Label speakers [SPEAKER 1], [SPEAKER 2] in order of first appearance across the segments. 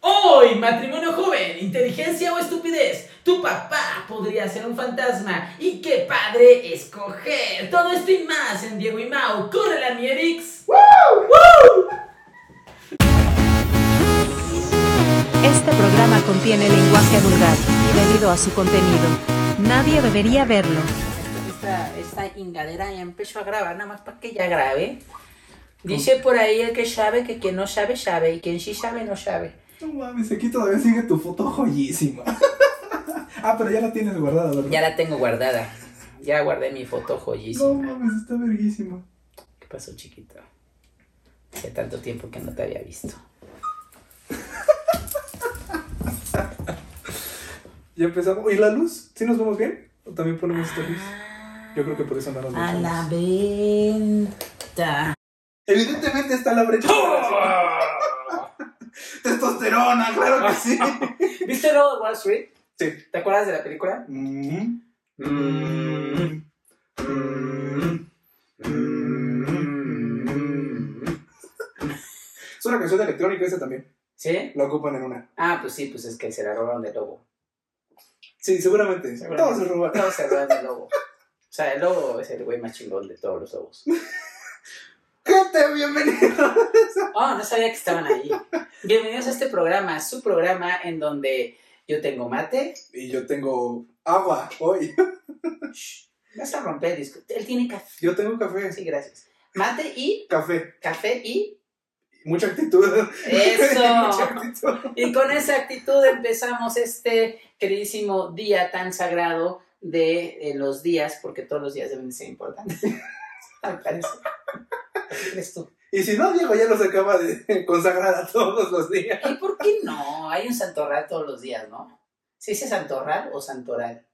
[SPEAKER 1] hoy, matrimonio joven, inteligencia o estupidez. Tu papá podría ser un fantasma. Y qué padre escoger. Todo esto y más en Diego y Mau. Córrele a mi Erix.
[SPEAKER 2] Este programa contiene lenguaje vulgar y debido a su contenido, nadie debería verlo.
[SPEAKER 1] Esta, esta ingadera ya empezó a grabar, nada más para que ya grabe. Dice por ahí el que sabe que quien no sabe, sabe. Y quien sí sabe, no sabe.
[SPEAKER 3] No mames, aquí todavía sigue tu foto joyísima. ah, pero ya la tienes guardada, ¿verdad?
[SPEAKER 1] Ya la tengo guardada. Ya guardé mi foto
[SPEAKER 3] No
[SPEAKER 1] joyísima.
[SPEAKER 3] mames, está verguísima.
[SPEAKER 1] ¿Qué pasó, chiquito? Hace tanto tiempo que no te había visto.
[SPEAKER 3] Ya empezamos. ¿Y la luz? ¿Sí nos vemos bien? ¿O también ponemos esta luz? Yo creo que por eso no nos
[SPEAKER 1] Ah. A la
[SPEAKER 3] vemos.
[SPEAKER 1] venta.
[SPEAKER 3] Evidentemente está la brecha.
[SPEAKER 1] ¡Oh!
[SPEAKER 3] Testosterona, claro que sí.
[SPEAKER 1] ¿Viste Lobo de Wall Street?
[SPEAKER 3] sí.
[SPEAKER 1] ¿Te acuerdas de la película?
[SPEAKER 3] Mm. Mm. Mm. Mm. Es una canción de electrónica esa también.
[SPEAKER 1] ¿Sí?
[SPEAKER 3] La ocupan en una.
[SPEAKER 1] Ah, pues sí, pues es que se la robaron del lobo.
[SPEAKER 3] Sí, seguramente. Todos se roban.
[SPEAKER 1] Todos se robaron del lobo. O sea, el lobo es el güey más chingón de todos los lobos.
[SPEAKER 3] Gente, bienvenidos.
[SPEAKER 1] Oh, no sabía que estaban ahí. Bienvenidos a este programa, su programa en donde yo tengo mate.
[SPEAKER 3] Y yo tengo agua hoy.
[SPEAKER 1] Shh, vas a romper el disco. Él tiene café.
[SPEAKER 3] Yo tengo café.
[SPEAKER 1] Sí, gracias. Mate y
[SPEAKER 3] Café.
[SPEAKER 1] café y...
[SPEAKER 3] Mucha actitud. Mucha
[SPEAKER 1] ¡Eso!
[SPEAKER 3] actitud.
[SPEAKER 1] Y con esa actitud empezamos este queridísimo día tan sagrado de eh, los días, porque todos los días deben de ser importantes. Al parecer. ¿Qué crees tú?
[SPEAKER 3] Y si no, Diego ya los acaba de consagrar a todos los días.
[SPEAKER 1] ¿Y por qué no? Hay un santorral todos los días, ¿no? ¿Se dice santorral o santoral?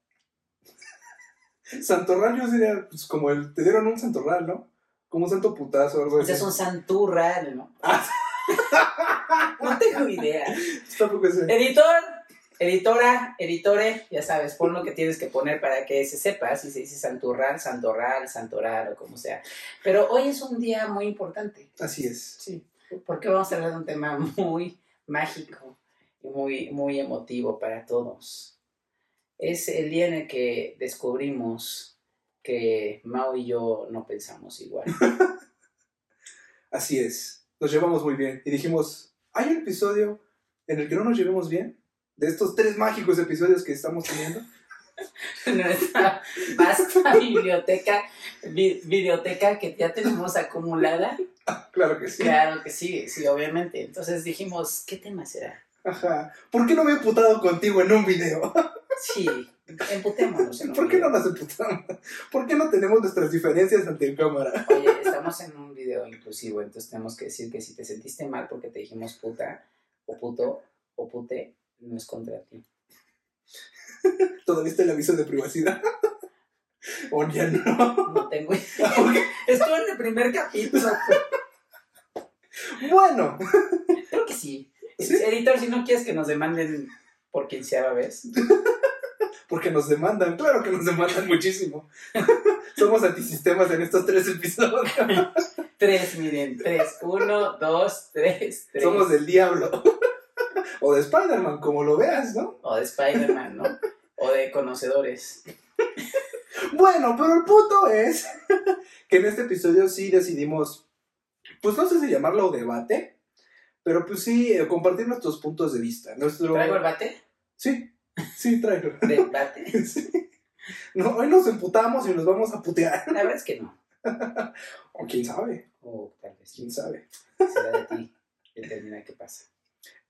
[SPEAKER 3] Santorral yo sería pues, como el. Te dieron un santorral, ¿no? Como un santo putazo o algo
[SPEAKER 1] O
[SPEAKER 3] así.
[SPEAKER 1] sea, Pues es un santurral, ¿no? No tengo idea.
[SPEAKER 3] Tampoco sé.
[SPEAKER 1] Editor, editora, editore, ya sabes, pon lo que tienes que poner para que se sepa si se dice santurral, santorral, santoral o como sea. Pero hoy es un día muy importante.
[SPEAKER 3] Así es.
[SPEAKER 1] Sí, porque vamos a hablar de un tema muy mágico y muy, muy emotivo para todos. Es el día en el que descubrimos que Mao y yo no pensamos igual.
[SPEAKER 3] Así es. Nos llevamos muy bien. Y dijimos, hay un episodio en el que no nos llevemos bien. De estos tres mágicos episodios que estamos teniendo.
[SPEAKER 1] Nuestra vasta biblioteca, bi- biblioteca que ya tenemos acumulada.
[SPEAKER 3] Claro que sí.
[SPEAKER 1] Claro que sí, sí, obviamente. Entonces dijimos, ¿qué tema será?
[SPEAKER 3] Ajá. ¿Por qué no me he putado contigo en un video?
[SPEAKER 1] Sí, emputémonos. en un
[SPEAKER 3] ¿Por qué no
[SPEAKER 1] video.
[SPEAKER 3] nos emputamos? ¿Por qué no tenemos nuestras diferencias ante cámara?
[SPEAKER 1] Oye, estamos en un video inclusivo, entonces tenemos que decir que si te sentiste mal porque te dijimos puta, o puto, o pute, no es contra ti.
[SPEAKER 3] Todavía está el aviso de privacidad. O ya no.
[SPEAKER 1] No tengo Estuvo en el primer capítulo.
[SPEAKER 3] Bueno,
[SPEAKER 1] Creo que sí.
[SPEAKER 3] ¿Sí?
[SPEAKER 1] Editor, si no quieres que nos demanden por quinceava vez.
[SPEAKER 3] porque nos demandan, claro que nos demandan muchísimo. Somos antisistemas en estos tres episodios.
[SPEAKER 1] Tres, miren, tres. Uno, dos, tres, tres.
[SPEAKER 3] Somos del diablo. O de Spider-Man, como lo veas, ¿no?
[SPEAKER 1] O de Spider-Man, ¿no? O de conocedores.
[SPEAKER 3] Bueno, pero el punto es que en este episodio sí decidimos, pues no sé si llamarlo debate, pero pues sí, eh, compartir nuestros puntos de vista. Nuestro...
[SPEAKER 1] ¿Traigo el bate?
[SPEAKER 3] Sí, sí, tráelo.
[SPEAKER 1] ¿Debate?
[SPEAKER 3] Sí. No, hoy nos emputamos y nos vamos a putear.
[SPEAKER 1] La verdad es que no.
[SPEAKER 3] O quién sabe,
[SPEAKER 1] O tal vez
[SPEAKER 3] quién sabe.
[SPEAKER 1] será de ti determinar qué pasa.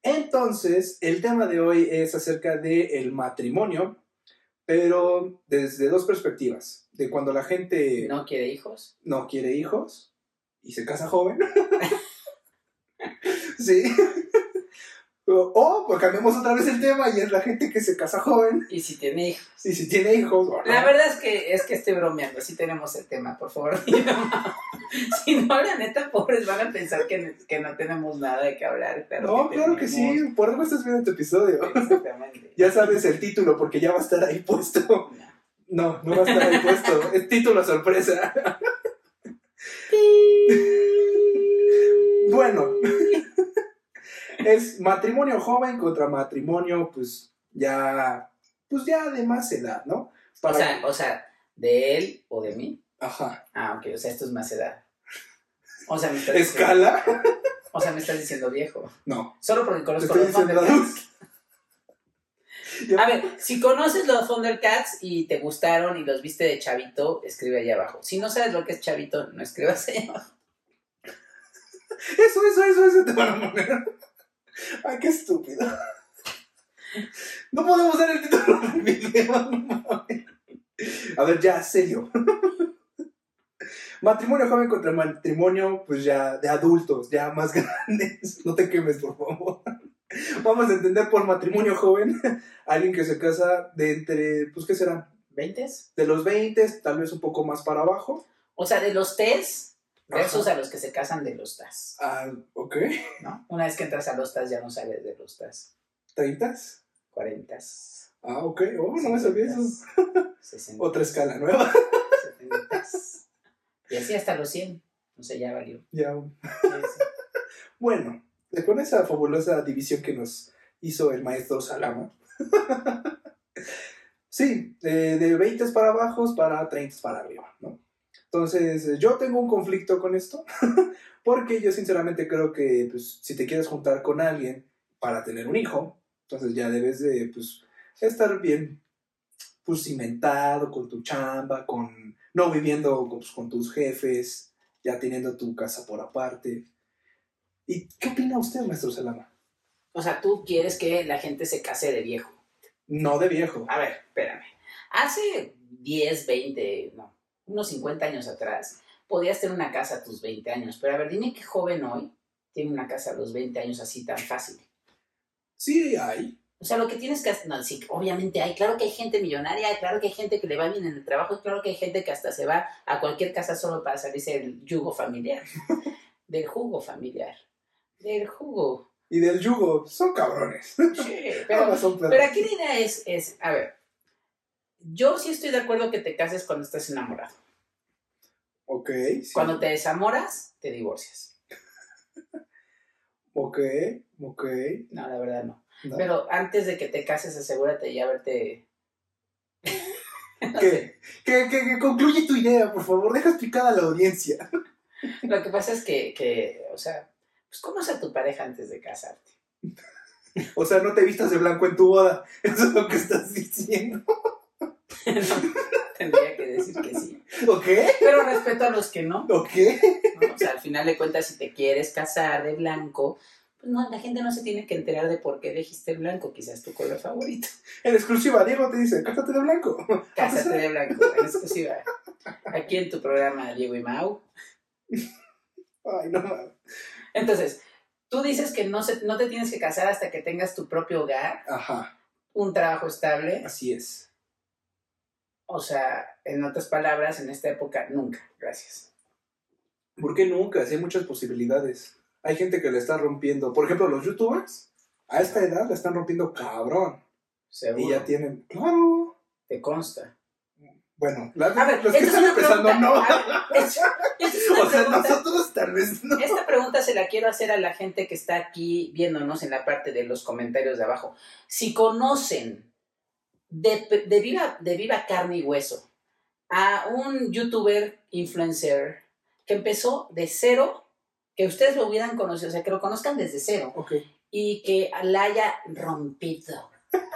[SPEAKER 3] Entonces, el tema de hoy es acerca del matrimonio, pero desde dos perspectivas. De cuando la gente no,
[SPEAKER 1] no quiere hijos.
[SPEAKER 3] quiere hijos y se casa joven. sí. O, o, pues cambiamos otra vez el tema y es la gente que se casa joven
[SPEAKER 1] Y si tiene hijos.
[SPEAKER 3] y si tiene hijos. o no.
[SPEAKER 1] La verdad es que es que estoy bromeando. Sí tenemos el tema, por favor. si no, la neta, pobres van a pensar que, que no tenemos nada de qué hablar. Claro
[SPEAKER 3] No, claro que
[SPEAKER 1] tenemos.
[SPEAKER 3] sí. Por algo estás viendo este episodio.
[SPEAKER 1] Exactamente.
[SPEAKER 3] Ya sabes el título porque ya va a estar ahí puesto.
[SPEAKER 1] No.
[SPEAKER 3] No, no va a estar ahí puesto. Es título sorpresa. Bueno. es matrimonio joven contra matrimonio, pues ya, pues ya de más edad, ¿no?
[SPEAKER 1] O sea, o sea, ¿de él o de mí?
[SPEAKER 3] Ajá.
[SPEAKER 1] Ah, ok, o sea, esto es más edad. O sea, me estás diciendo,
[SPEAKER 3] ¿Escala?
[SPEAKER 1] o sea, me estás diciendo viejo.
[SPEAKER 3] No.
[SPEAKER 1] Solo porque conozco
[SPEAKER 3] Estoy
[SPEAKER 1] los
[SPEAKER 3] diciendo
[SPEAKER 1] Thundercats.
[SPEAKER 3] Yo-
[SPEAKER 1] A ver, si conoces los Thundercats y te gustaron y los viste de chavito, escribe ahí abajo. Si no sabes lo que es chavito, no escribas ahí abajo.
[SPEAKER 3] Eso, eso, eso, eso te van a poner. Ay, qué estúpido. No podemos dar el título del video. no mames. A ver, ya, serio. Matrimonio joven contra matrimonio, pues ya de adultos, ya más grandes. No te quemes, por favor. Vamos a entender por matrimonio joven alguien que se casa de entre, pues, ¿qué será?
[SPEAKER 1] ¿Veintes?
[SPEAKER 3] De los 20, tal vez un poco más para abajo.
[SPEAKER 1] O sea, de los TES versus
[SPEAKER 3] Ajá.
[SPEAKER 1] a los que se casan de los TAS,
[SPEAKER 3] Ah, ok.
[SPEAKER 1] ¿no? Una vez que entras a los TAS ya no sales de los TAS.
[SPEAKER 3] 30.
[SPEAKER 1] Cuarentas.
[SPEAKER 3] Ah, ok. Oh, no me sabía eso.
[SPEAKER 1] Sesentas.
[SPEAKER 3] Otra escala nueva.
[SPEAKER 1] setentas. Y así hasta los 100. No sé, ya valió.
[SPEAKER 3] Ya.
[SPEAKER 1] Sí, sí.
[SPEAKER 3] Bueno, con esa fabulosa división que nos hizo el maestro Salama. sí, eh, de 20 para abajo para 30 para arriba, ¿no? Entonces, eh, yo tengo un conflicto con esto, porque yo sinceramente creo que pues, si te quieres juntar con alguien para tener un hijo, entonces ya debes de pues, estar bien pues, cimentado con tu chamba, con no viviendo pues, con tus jefes, ya teniendo tu casa por aparte. ¿Y qué opina usted, maestro Salama?
[SPEAKER 1] O sea, tú quieres que la gente se case de viejo.
[SPEAKER 3] No de viejo.
[SPEAKER 1] A ver, espérame. Hace 10, 20, no, unos 50 años atrás, podías tener una casa a tus 20 años. Pero a ver, dime qué joven hoy tiene una casa a los 20 años así tan fácil.
[SPEAKER 3] Sí, hay.
[SPEAKER 1] O sea, lo que tienes que hacer, no, sí, obviamente hay, claro que hay gente millonaria, claro que hay gente que le va bien en el trabajo, claro que hay gente que hasta se va a cualquier casa solo para salirse del yugo familiar, del jugo familiar, del jugo.
[SPEAKER 3] Y del yugo, son cabrones.
[SPEAKER 1] Sí, pero
[SPEAKER 3] Ambas son perros.
[SPEAKER 1] Pero aquí la idea es, es, a ver, yo sí estoy de acuerdo que te cases cuando estás enamorado.
[SPEAKER 3] Ok. sí.
[SPEAKER 1] Cuando te desamoras, te divorcias.
[SPEAKER 3] Ok, ok.
[SPEAKER 1] No, la verdad no.
[SPEAKER 3] No.
[SPEAKER 1] Pero antes de que te cases, asegúrate ya haberte... no sé.
[SPEAKER 3] ¿Qué? ¿Qué- qué- qué? concluye tu idea, por favor. Dejas picada a la audiencia.
[SPEAKER 1] Lo que pasa es que, que, o sea, pues conoce a tu pareja antes de casarte.
[SPEAKER 3] O sea, no te vistas de blanco en tu boda. Eso es lo que estás diciendo.
[SPEAKER 1] Tendría que decir que sí.
[SPEAKER 3] Ok,
[SPEAKER 1] Pero respeto a los que no.
[SPEAKER 3] ok.
[SPEAKER 1] ¿no? O sea, al final de cuentas, si te quieres casar de blanco, pues no, la gente no se tiene que enterar de por qué elegiste el blanco, quizás tu color favorito.
[SPEAKER 3] En exclusiva, Diego te dice, cásate de blanco.
[SPEAKER 1] Cásate de blanco, en exclusiva. Aquí en tu programa, Diego y Mau.
[SPEAKER 3] Ay, no mames.
[SPEAKER 1] Entonces, tú dices que no, se, no te tienes que casar hasta que tengas tu propio hogar,
[SPEAKER 3] Ajá,
[SPEAKER 1] un trabajo estable.
[SPEAKER 3] así es.
[SPEAKER 1] O sea, en otras palabras, en esta época, nunca. Gracias.
[SPEAKER 3] ¿Por qué nunca? Sí, hay muchas posibilidades. Hay gente que la está rompiendo. Por ejemplo, los youtubers a esta edad la están rompiendo cabrón.
[SPEAKER 1] Seguro.
[SPEAKER 3] Y ya tienen. Claro.
[SPEAKER 1] Te consta.
[SPEAKER 3] Bueno, las-
[SPEAKER 1] A ver,
[SPEAKER 3] los que
[SPEAKER 1] esta es
[SPEAKER 3] están
[SPEAKER 1] una
[SPEAKER 3] empezando
[SPEAKER 1] pregunta.
[SPEAKER 3] no.
[SPEAKER 1] A ver, es- esta es una
[SPEAKER 3] O sea,
[SPEAKER 1] pregunta.
[SPEAKER 3] nosotros tal vez no.
[SPEAKER 1] Esta pregunta se la quiero hacer a la gente que está aquí viéndonos en la parte de los comentarios de abajo. Si conocen de, de viva, de viva carne y hueso a un youtuber influencer que empezó de cero, que ustedes lo hubieran conocido, o sea, que lo conozcan desde cero
[SPEAKER 3] Ok.
[SPEAKER 1] y que la haya rompido,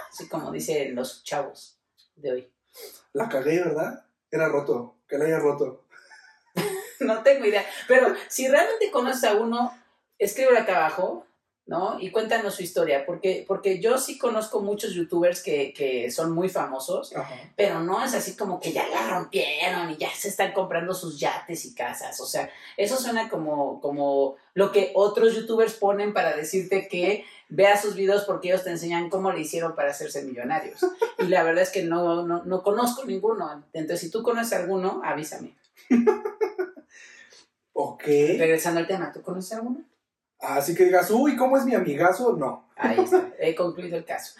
[SPEAKER 1] así como dicen los chavos de hoy.
[SPEAKER 3] La cagué, ¿verdad? Era roto. Que la haya roto.
[SPEAKER 1] No tengo idea. Pero si realmente conoces a uno, escríbelo acá abajo, ¿no? Y cuéntanos su historia. Porque, porque yo sí conozco muchos youtubers que, que son muy famosos,
[SPEAKER 3] Ajá.
[SPEAKER 1] pero no es así como que ya la rompieron y ya se están comprando sus yates y casas. O sea, eso suena como, como lo que otros youtubers ponen para decirte que veas sus videos porque ellos te enseñan cómo le hicieron para hacerse millonarios. Y la verdad es que no, no, no conozco ninguno. Entonces, si tú conoces alguno, avísame.
[SPEAKER 3] Ok.
[SPEAKER 1] Regresando al tema, ¿tú conoces alguno?
[SPEAKER 3] Así que digas, uy, ¿cómo es mi amigazo? No.
[SPEAKER 1] Ahí está, he concluido el caso.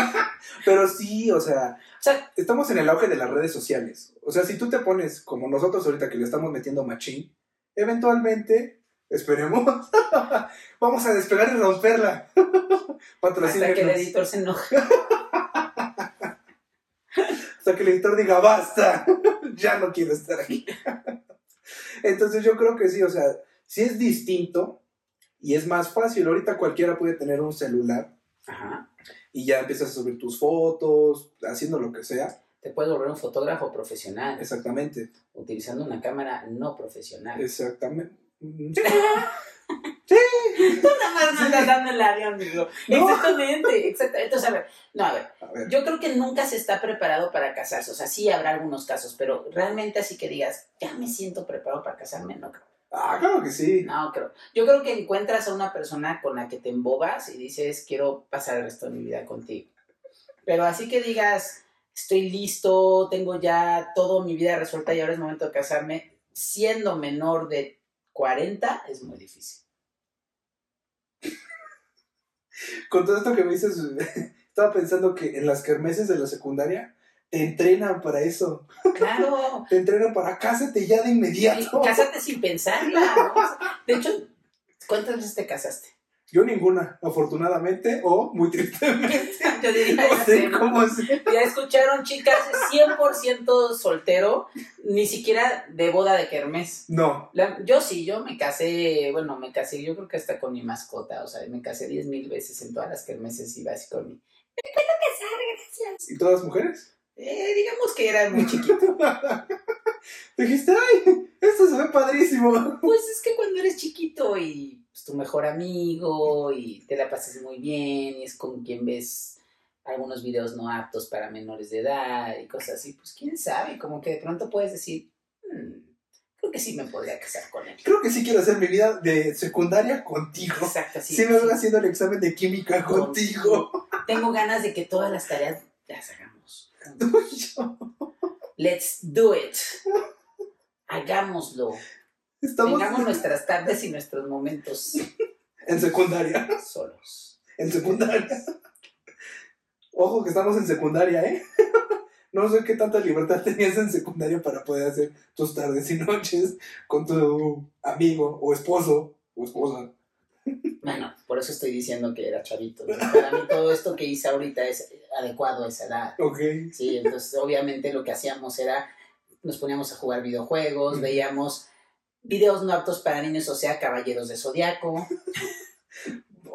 [SPEAKER 3] Pero sí, o sea,
[SPEAKER 1] O sea,
[SPEAKER 3] estamos en el auge de las redes sociales. O sea, si tú te pones como nosotros ahorita que le estamos metiendo machín, eventualmente Esperemos. Vamos a despegar y romperla. Patrocínenos.
[SPEAKER 1] Hasta que el editor se enoja.
[SPEAKER 3] Hasta que el editor diga, basta, ya no quiero estar aquí. Entonces yo creo que sí, o sea, sí es distinto y es más fácil. Ahorita cualquiera puede tener un celular
[SPEAKER 1] Ajá.
[SPEAKER 3] y ya empiezas a subir tus fotos, haciendo lo que sea.
[SPEAKER 1] Te puedes volver un fotógrafo profesional
[SPEAKER 3] Exactamente,
[SPEAKER 1] utilizando una cámara no profesional.
[SPEAKER 3] exactamente. Mm,
[SPEAKER 1] Nada más me estás dando el área, amigo.
[SPEAKER 3] No.
[SPEAKER 1] Exactamente, exactamente. Entonces, a ver, no, a ver,
[SPEAKER 3] A ver,
[SPEAKER 1] yo creo que nunca se está preparado para casarse. O sea, sí habrá algunos casos, pero realmente así que digas, ya me siento preparado para casarme, no creo.
[SPEAKER 3] ah, claro que sí.
[SPEAKER 1] No creo. Yo creo que encuentras a una persona con la que te embobas y dices, quiero pasar el resto de mi vida contigo. Pero así que digas, estoy listo, tengo ya toda mi vida resuelta y ahora es momento de casarme, siendo menor de 40, es muy difícil.
[SPEAKER 3] Con todo esto que me dices, estaba pensando que en las kermeses de la secundaria te entrenan para eso.
[SPEAKER 1] Claro.
[SPEAKER 3] Te entrenan para cásate ya de inmediato.
[SPEAKER 1] Casarte sin pensarla. ¿no? De hecho, ¿cuántas veces te casaste?
[SPEAKER 3] Yo ninguna, afortunadamente o muy tristemente.
[SPEAKER 1] Yo diría,
[SPEAKER 3] No
[SPEAKER 1] ya,
[SPEAKER 3] sé
[SPEAKER 1] sé,
[SPEAKER 3] cómo se-
[SPEAKER 1] ya escucharon, chicas, es 100% soltero, ni siquiera de boda de kermés.
[SPEAKER 3] No,
[SPEAKER 1] La- yo sí, yo me casé, bueno, me casé, yo creo que hasta con mi mascota, o sea, me casé 10 mil veces en todas las kermeses, iba así con mi...
[SPEAKER 3] ¿y todas mujeres?
[SPEAKER 1] Eh, digamos que era muy chiquito.
[SPEAKER 3] Dijiste, ay, esto se ve padrísimo.
[SPEAKER 1] Pues es que cuando eres chiquito y es tu mejor amigo y te la pasas muy bien y es con quien ves algunos videos no aptos para menores de edad y cosas así, pues quién sabe, como que de pronto puedes decir, "Hmm, creo que sí me podría casar con él.
[SPEAKER 3] Creo que sí quiero hacer mi vida de secundaria contigo.
[SPEAKER 1] Exacto, sí.
[SPEAKER 3] Sí, me
[SPEAKER 1] sí.
[SPEAKER 3] veo haciendo el examen de química contigo.
[SPEAKER 1] Tengo ganas de que todas las tareas las hagamos. Let's do it. Hagámoslo.
[SPEAKER 3] Estamos
[SPEAKER 1] Tengamos nuestras tardes y nuestros momentos
[SPEAKER 3] en secundaria.
[SPEAKER 1] solos.
[SPEAKER 3] En secundaria. Ojo que estamos en secundaria, ¿eh? No sé qué tanta libertad tenías en secundaria para poder hacer tus tardes y noches con tu amigo o esposo o esposa.
[SPEAKER 1] Bueno, por eso estoy diciendo que era chavito. ¿no? Para mí todo esto que hice ahorita es adecuado a esa edad.
[SPEAKER 3] Ok.
[SPEAKER 1] Sí, entonces obviamente lo que hacíamos era, nos poníamos a jugar
[SPEAKER 3] Mm.
[SPEAKER 1] videojuegos, veíamos videos no aptos para niños, o sea, Caballeros de Zodiaco,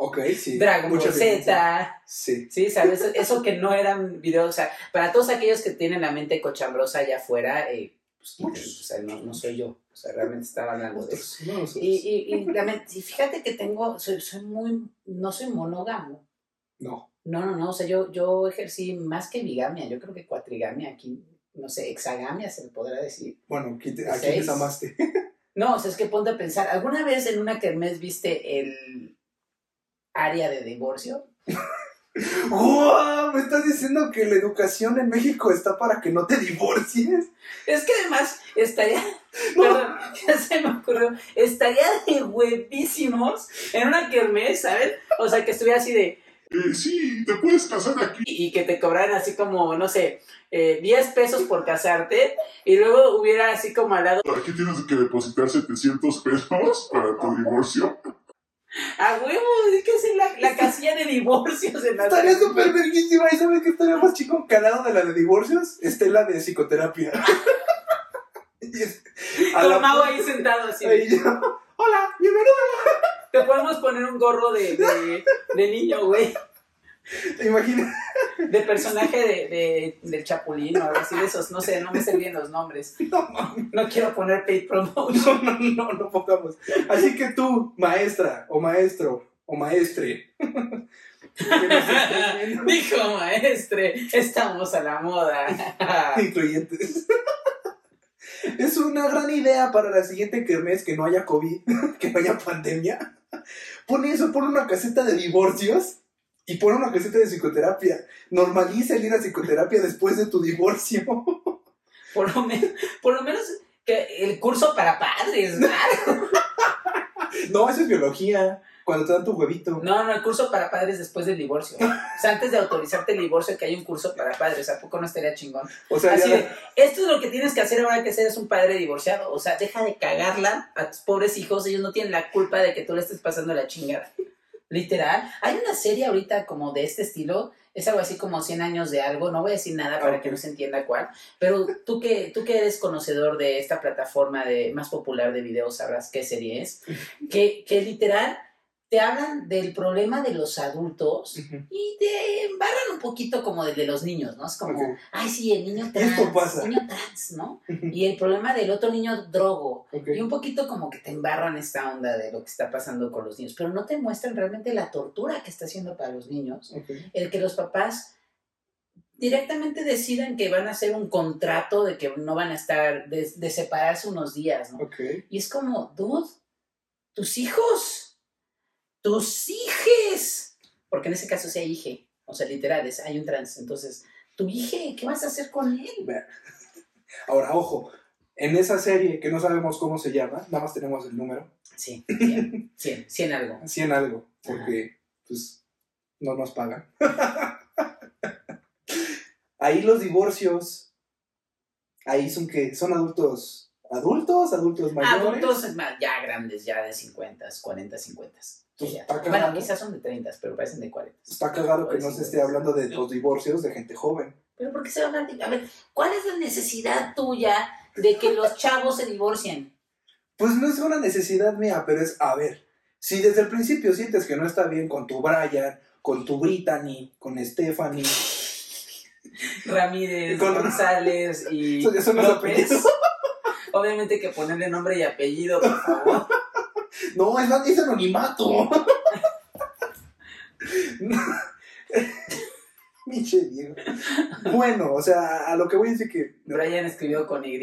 [SPEAKER 3] Ok, sí.
[SPEAKER 1] Dragon
[SPEAKER 3] Mucha
[SPEAKER 1] Ball
[SPEAKER 3] violencia.
[SPEAKER 1] Z,
[SPEAKER 3] Sí.
[SPEAKER 1] sí, ¿sabes? Eso que no eran videos, o sea, para todos aquellos que tienen la mente cochambrosa allá afuera, eh, pues,
[SPEAKER 3] Muchos.
[SPEAKER 1] o sea, no, no soy yo, o sea, realmente estaba hablando de eso.
[SPEAKER 3] Otros, no nosotros.
[SPEAKER 1] Y, y, y, lament- y fíjate que tengo, soy, soy muy, no soy monógamo.
[SPEAKER 3] No.
[SPEAKER 1] No, no, no, o sea, yo, yo ejercí más que bigamia, yo creo que cuatrigamia, aquí, no sé, hexagamia se le podrá decir.
[SPEAKER 3] Bueno, aquí, te, aquí
[SPEAKER 1] Seis.
[SPEAKER 3] les amaste.
[SPEAKER 1] No, o sea, es que ponte a pensar, ¿alguna vez en una kermés viste el área de divorcio?
[SPEAKER 3] ¡Guau! Me estás diciendo que la educación en México está para que no te divorcies.
[SPEAKER 1] Es que además estaría, perdón, ya se me ocurrió, estaría de huevísimos en una kermés, ¿sabes? O sea, que estuviera así de,
[SPEAKER 4] Eh, sí, te puedes casar aquí.
[SPEAKER 1] y y que te cobraran así como, no sé, eh, 10 pesos por casarte, y luego hubiera así como al lado
[SPEAKER 4] Aquí tienes que depositar 700 pesos para tu divorcio.
[SPEAKER 1] A huevo, es que es la, la casilla de divorcios en la
[SPEAKER 3] Estaría súper verguísima. ¿Y sabes qué estaría más chico que al lado de la de divorcios? Está la de psicoterapia. Y es- a la
[SPEAKER 1] Con Mau ahí sentado así.
[SPEAKER 3] puerta y yo, Hola, bienvenido.
[SPEAKER 1] Te podemos poner un gorro de, de, de niño, güey.
[SPEAKER 3] ¿Te imaginas?
[SPEAKER 1] De personaje de, de- del Chapulín o algo así de esos. No sé, no me sé bien los nombres.
[SPEAKER 3] No, mames.
[SPEAKER 1] No quiero poner paid promotion.
[SPEAKER 3] no, no, no, no pongamos. Así que tú, maestra, o maestro, o maestre. que nos estés viendo,
[SPEAKER 1] Dijo maestre, estamos a la moda.
[SPEAKER 3] incluyentes. Es una gran idea para la siguiente kermés que no haya COVID, que no haya pandemia. Pon eso, pon una caseta de divorcios y pon una caseta de psicoterapia. Normaliza el ir a psicoterapia después de tu divorcio.
[SPEAKER 1] Por lo, men- por lo menos que el curso para padres, ¿verdad?
[SPEAKER 3] No, eso es biología. Cuando te dan tu huevito.
[SPEAKER 1] No, no, el curso para padres después del divorcio. O sea, antes de autorizarte el divorcio, que hay un curso para padres. ¿A poco no estaría chingón?
[SPEAKER 3] O sea, ya
[SPEAKER 1] Así de,
[SPEAKER 3] la-
[SPEAKER 1] esto es lo que tienes que hacer ahora que seas un padre divorciado. O sea, deja de cagarla a tus pobres hijos. Ellos no tienen la culpa de que tú le estés pasando la chingada. Literal. Hay una serie ahorita como de este estilo. Es algo así como 100 años de algo. No voy a decir nada para
[SPEAKER 3] ok.
[SPEAKER 1] que no se entienda cuál. Pero tú que, tú que eres conocedor de esta plataforma de, más popular de videos, sabrás qué serie es. Que, que literal te hablan del problema de los adultos
[SPEAKER 3] Ujú.
[SPEAKER 1] y te embarran un poquito como del de los niños, ¿no? Es como,
[SPEAKER 3] Ok.
[SPEAKER 1] ay, sí, el niño trans,
[SPEAKER 3] Esto pasa.
[SPEAKER 1] niño trans, ¿no? Y el problema del otro niño drogo.
[SPEAKER 3] Ok.
[SPEAKER 1] Y un poquito como que te embarran esta onda de lo que está pasando con los niños, pero no te muestran realmente la tortura que está haciendo para los niños.
[SPEAKER 3] Ok.
[SPEAKER 1] El que los papás directamente decidan que van a hacer un contrato de que no van a estar, de, de separarse unos días, ¿no?
[SPEAKER 3] Ok.
[SPEAKER 1] Y es como, dude, tus hijos, tus hijes. Porque en ese caso sea hije, o sea, literal, es, hay un trans. Entonces, tu hije, ¿qué vas a hacer con él?
[SPEAKER 3] Ahora, ojo, en esa serie que no sabemos cómo se llama, nada más tenemos el número,
[SPEAKER 1] Sí, 100, 100, 100 algo.
[SPEAKER 3] 100 algo, porque pues no nos pagan. ahí los divorcios, ahí son que son adultos, adultos, adultos mayores.
[SPEAKER 1] Adultos, es más, ya grandes, ya de 50, 40, 50. que
[SPEAKER 3] Entonces,
[SPEAKER 1] ya-
[SPEAKER 3] Pues está
[SPEAKER 1] Bueno,
[SPEAKER 3] cagado.
[SPEAKER 1] quizás son de 30, pero parecen de 40.
[SPEAKER 3] Está cagado que
[SPEAKER 1] Pues
[SPEAKER 3] no
[SPEAKER 1] sí,
[SPEAKER 3] se esté
[SPEAKER 1] pues.
[SPEAKER 3] hablando de los divorcios de gente joven.
[SPEAKER 1] Pero ¿por qué se van a hablar? de- A ver, ¿cuál es la necesidad tuya de que los chavos se divorcien?
[SPEAKER 3] Pues no es una necesidad mía, pero es, a ver, si desde el principio sientes que no está bien con tu Brian, con tu Brittany, con Stephanie,
[SPEAKER 1] Ramírez,
[SPEAKER 3] Con-
[SPEAKER 1] González y
[SPEAKER 3] Eso ya son los apellidos.
[SPEAKER 1] Obviamente que ponerle nombre y apellido, por favor.
[SPEAKER 3] No, es, es anonimato. Miche Diego. Bueno, o sea, a lo que voy a decir que.
[SPEAKER 1] Brian escribió con Y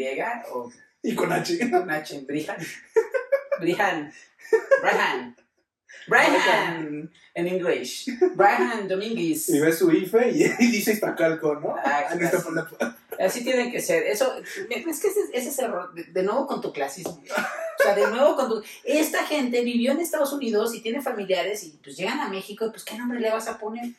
[SPEAKER 1] o
[SPEAKER 3] Y con H.
[SPEAKER 1] con H. Brian. Brian. Brian. Brian. En inglés. Brian Domínguez.
[SPEAKER 3] Y ve su IFE y, y dice Iztacalco, ¿no?
[SPEAKER 1] Ah,
[SPEAKER 3] En esta
[SPEAKER 1] claro.
[SPEAKER 3] palabra.
[SPEAKER 1] Así tiene que ser. Eso, es que ese, ese es el error. De, de nuevo con tu clasismo. O sea, de nuevo con tu. Esta gente vivió en Estados Unidos y tiene familiares y pues llegan a México y pues ¿qué nombre le vas a poner?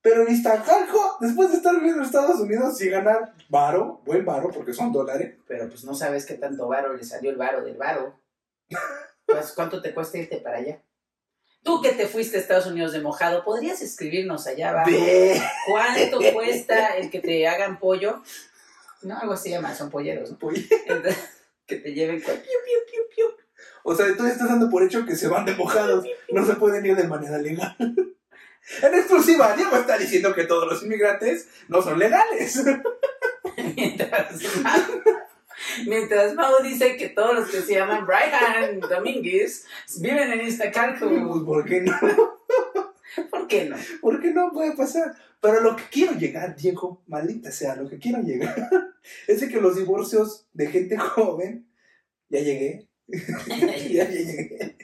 [SPEAKER 3] Pero en Iztacalco, después de estar viviendo en Estados Unidos y ganar varo, buen varo, porque son dólares.
[SPEAKER 1] Pero pues no sabes qué tanto varo le salió el varo del varo. Pues, ¿Cuánto te cuesta irte para allá? Tú que te fuiste a Estados Unidos de mojado, ¿podrías escribirnos allá abajo?
[SPEAKER 3] Ve.
[SPEAKER 1] ¿Cuánto cuesta el que te hagan pollo? No, algo así llama, son polleros, ¿no?
[SPEAKER 3] Pues,
[SPEAKER 1] Entonces, que te lleven con...
[SPEAKER 3] O sea, tú estás dando por hecho que se van de mojados. No se pueden ir de manera legal. En exclusiva, Diego está diciendo que todos los inmigrantes no son legales.
[SPEAKER 1] Mientras, mientras Mau dice que todos los que se llaman Brian Domínguez viven en
[SPEAKER 3] Pues,
[SPEAKER 1] Iztacalco.
[SPEAKER 3] ¿por qué no?
[SPEAKER 1] ¿Por qué no?
[SPEAKER 3] ¿Por qué no puede pasar? Pero lo que quiero llegar, Diego, maldita sea, lo que quiero llegar es de que los divorcios de gente joven, ya llegué, ya, ya llegué,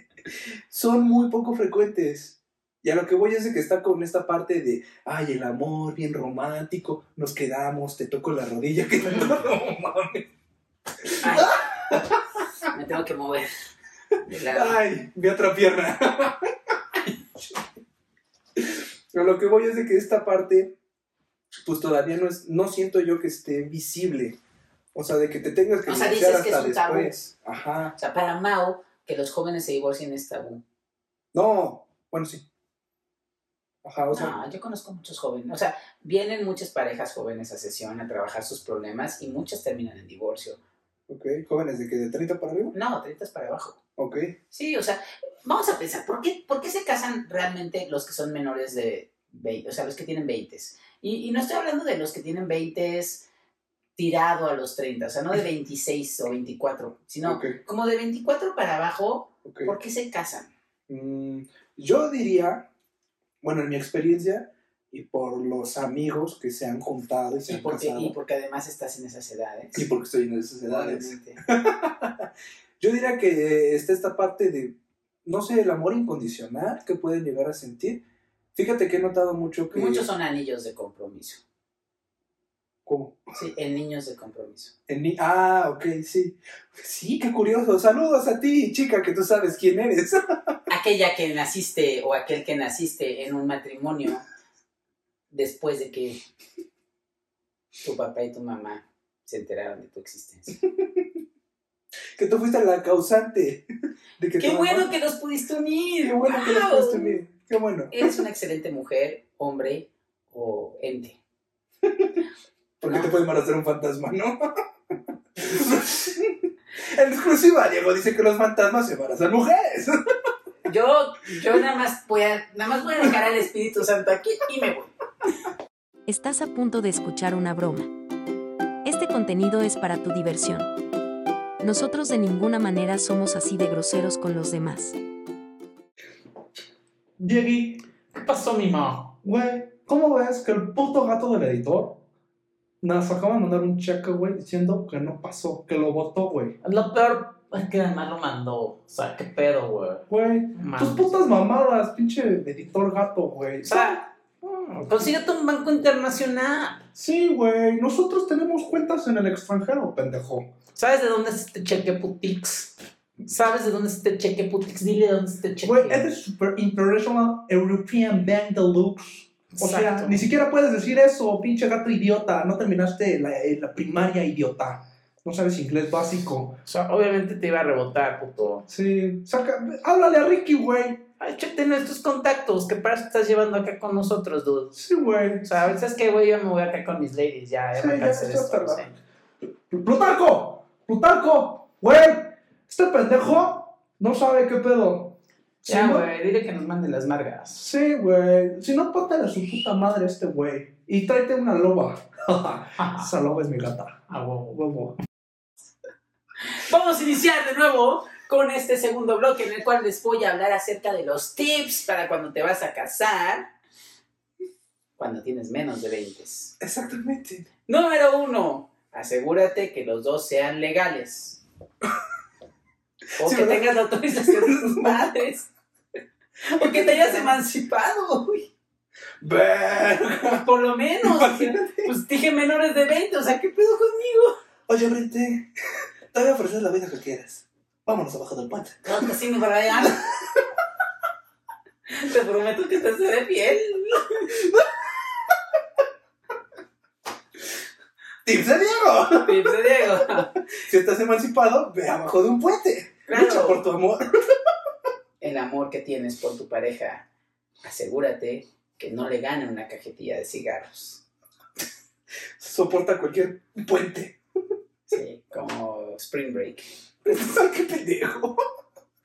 [SPEAKER 3] son muy poco frecuentes. Y a lo que voy es de que está con esta parte de, ay, el amor, bien romántico, nos quedamos, te toco la rodilla, que tanto- no mames.
[SPEAKER 1] Ay, me tengo que mover. De lado.
[SPEAKER 3] Ay, mi otra pierna. A lo que voy es de que esta parte, pues todavía no es, no siento yo que esté visible. O sea, de que te tengas que
[SPEAKER 1] O sea,
[SPEAKER 3] divorciar
[SPEAKER 1] dices que es un tabú.
[SPEAKER 3] Ajá.
[SPEAKER 1] O sea, para Mao, que los jóvenes se divorcien es tabú.
[SPEAKER 3] No, bueno, sí. Ajá, o sea,
[SPEAKER 1] No, yo conozco muchos jóvenes. O sea, vienen muchas parejas jóvenes a sesión a trabajar sus problemas y muchas terminan en divorcio.
[SPEAKER 3] ok, jóvenes de que de 30 para arriba,
[SPEAKER 1] No, 30 es para abajo.
[SPEAKER 3] ok.
[SPEAKER 1] Sí, o sea, vamos a pensar, ¿por qué, por qué se casan realmente los que son menores de 20? O sea, los que tienen 20. Y, y no estoy hablando de los que tienen 20 tirado a los 30, o sea, no de 26 o 24, sino
[SPEAKER 3] Ok,
[SPEAKER 1] como de 24 para abajo,
[SPEAKER 3] ok.
[SPEAKER 1] ¿por qué se casan?
[SPEAKER 3] Mm, yo diría, bueno, en mi experiencia y por los amigos que se han juntado y se
[SPEAKER 1] Y
[SPEAKER 3] han
[SPEAKER 1] porque,
[SPEAKER 3] casado.
[SPEAKER 1] y porque además estás en esas edades.
[SPEAKER 3] Y porque estoy en esas edades.
[SPEAKER 1] Obviamente.
[SPEAKER 3] Yo diría que está esta parte de, no sé, el amor incondicional que pueden llegar a sentir. Fíjate que he notado mucho que...
[SPEAKER 1] Muchos son anillos de compromiso.
[SPEAKER 3] ¿Cómo?
[SPEAKER 1] Sí, en niños de compromiso.
[SPEAKER 3] En ni- ah, ok, sí. Sí, qué curioso. Saludos a ti, chica, que tú sabes quién eres.
[SPEAKER 1] Aquella que naciste o aquel que naciste en un matrimonio después de que tu papá y tu mamá se enteraron de tu existencia.
[SPEAKER 3] que tú fuiste la causante. De que
[SPEAKER 1] Qué
[SPEAKER 3] tu
[SPEAKER 1] bueno
[SPEAKER 3] mamá-
[SPEAKER 1] que los pudiste unir.
[SPEAKER 3] Qué bueno que lo
[SPEAKER 1] ¡Guau!
[SPEAKER 3] fuiste bien. Qué bueno.
[SPEAKER 1] Eres una excelente mujer, hombre o ente.
[SPEAKER 3] Porque
[SPEAKER 1] No.
[SPEAKER 3] te puede embarazar un fantasma, ¿no? en exclusiva, Diego dice que los fantasmas se embarazan mujeres.
[SPEAKER 1] Yo, yo nada más voy a, nada más voy a dejar al Espíritu Santo aquí y me voy.
[SPEAKER 2] Estás a punto de escuchar una broma. Este contenido es para tu diversión. Nosotros de ninguna manera somos así de groseros con los demás.
[SPEAKER 5] Diegui, ¿qué pasó, mi ma? Güey, ¿cómo ves que el puto gato del editor nos acaba de mandar un cheque, güey, diciendo que no pasó, que lo votó, güey?
[SPEAKER 6] Lo peor es que además lo mandó. O sea, qué pedo, güey.
[SPEAKER 5] Güey, tus
[SPEAKER 6] Mames.
[SPEAKER 5] putas mamadas, pinche editor gato, güey. Ah,
[SPEAKER 6] O sea, consíguete un banco internacional.
[SPEAKER 5] Sí, güey, nosotros tenemos cuentas en el extranjero, pendejo.
[SPEAKER 6] ¿Sabes de dónde es este cheque putix? ¿Sabes de dónde es este cheque putix? Dile de dónde es este cheque.
[SPEAKER 5] Güey, este es Super International European Bank Deluxe. O sea,
[SPEAKER 6] Exacto.
[SPEAKER 5] ni siquiera puedes decir eso, pinche gato idiota. No terminaste la, eh, la primaria, idiota. No sabes inglés básico.
[SPEAKER 6] O sea, obviamente te iba a rebotar, puto.
[SPEAKER 5] Sí, saca, háblale a Ricky, güey.
[SPEAKER 6] Ay, chequen estos contactos. ¿Qué para eso estás llevando acá con nosotros, dude?
[SPEAKER 5] Sí, güey.
[SPEAKER 6] O sea, ¿sabes qué, güey? Yo me voy acá con mis ladies. Ya, ya
[SPEAKER 5] Sí,
[SPEAKER 6] me
[SPEAKER 5] ya
[SPEAKER 6] cansé
[SPEAKER 5] te
[SPEAKER 6] de
[SPEAKER 5] estás
[SPEAKER 6] esto.
[SPEAKER 5] tardando.
[SPEAKER 6] sí.
[SPEAKER 5] ¡Plutarco! ¡Plutarco! Güey, este pendejo no sabe qué pedo. Si
[SPEAKER 6] Ya,
[SPEAKER 5] no-
[SPEAKER 6] güey, dile que nos mande las margas.
[SPEAKER 5] Sí, güey. Si no, póntale a su puta madre a este güey. Y tráete una loba. Esa loba es mi gata.
[SPEAKER 6] A huevo.
[SPEAKER 5] Huevo.
[SPEAKER 1] Vamos a iniciar de nuevo con este segundo bloque en el cual les voy a hablar acerca de los tips para cuando te vas a casar. Cuando tienes menos de 20.
[SPEAKER 3] Exactamente.
[SPEAKER 1] Número uno, asegúrate que los dos sean legales. O
[SPEAKER 3] Sí,
[SPEAKER 1] que
[SPEAKER 3] ¿verdad?
[SPEAKER 1] tengas la autorización de tus padres. O que te hayas emancipado, güey.
[SPEAKER 3] Ver-
[SPEAKER 1] Por lo menos. o sea,
[SPEAKER 3] Imagínate.
[SPEAKER 1] pues dije menores de 20, o sea, ¿qué pedo conmigo?
[SPEAKER 3] Oye, Brente, te voy a ofrecer la vida que quieras. Vámonos abajo del puente.
[SPEAKER 1] No, que sí me para allá. Te prometo que te seré fiel.
[SPEAKER 3] ¡Tips de Diego!
[SPEAKER 1] Tips de Diego.
[SPEAKER 3] Si estás emancipado, ve abajo de un puente. Lucha por
[SPEAKER 1] Claro.
[SPEAKER 3] tu amor.
[SPEAKER 1] El amor que tienes por tu pareja, asegúrate que no le gane una cajetilla de cigarros.
[SPEAKER 3] Soporta cualquier puente.
[SPEAKER 1] Sí, como Spring Break.
[SPEAKER 3] ¡Qué pendejo!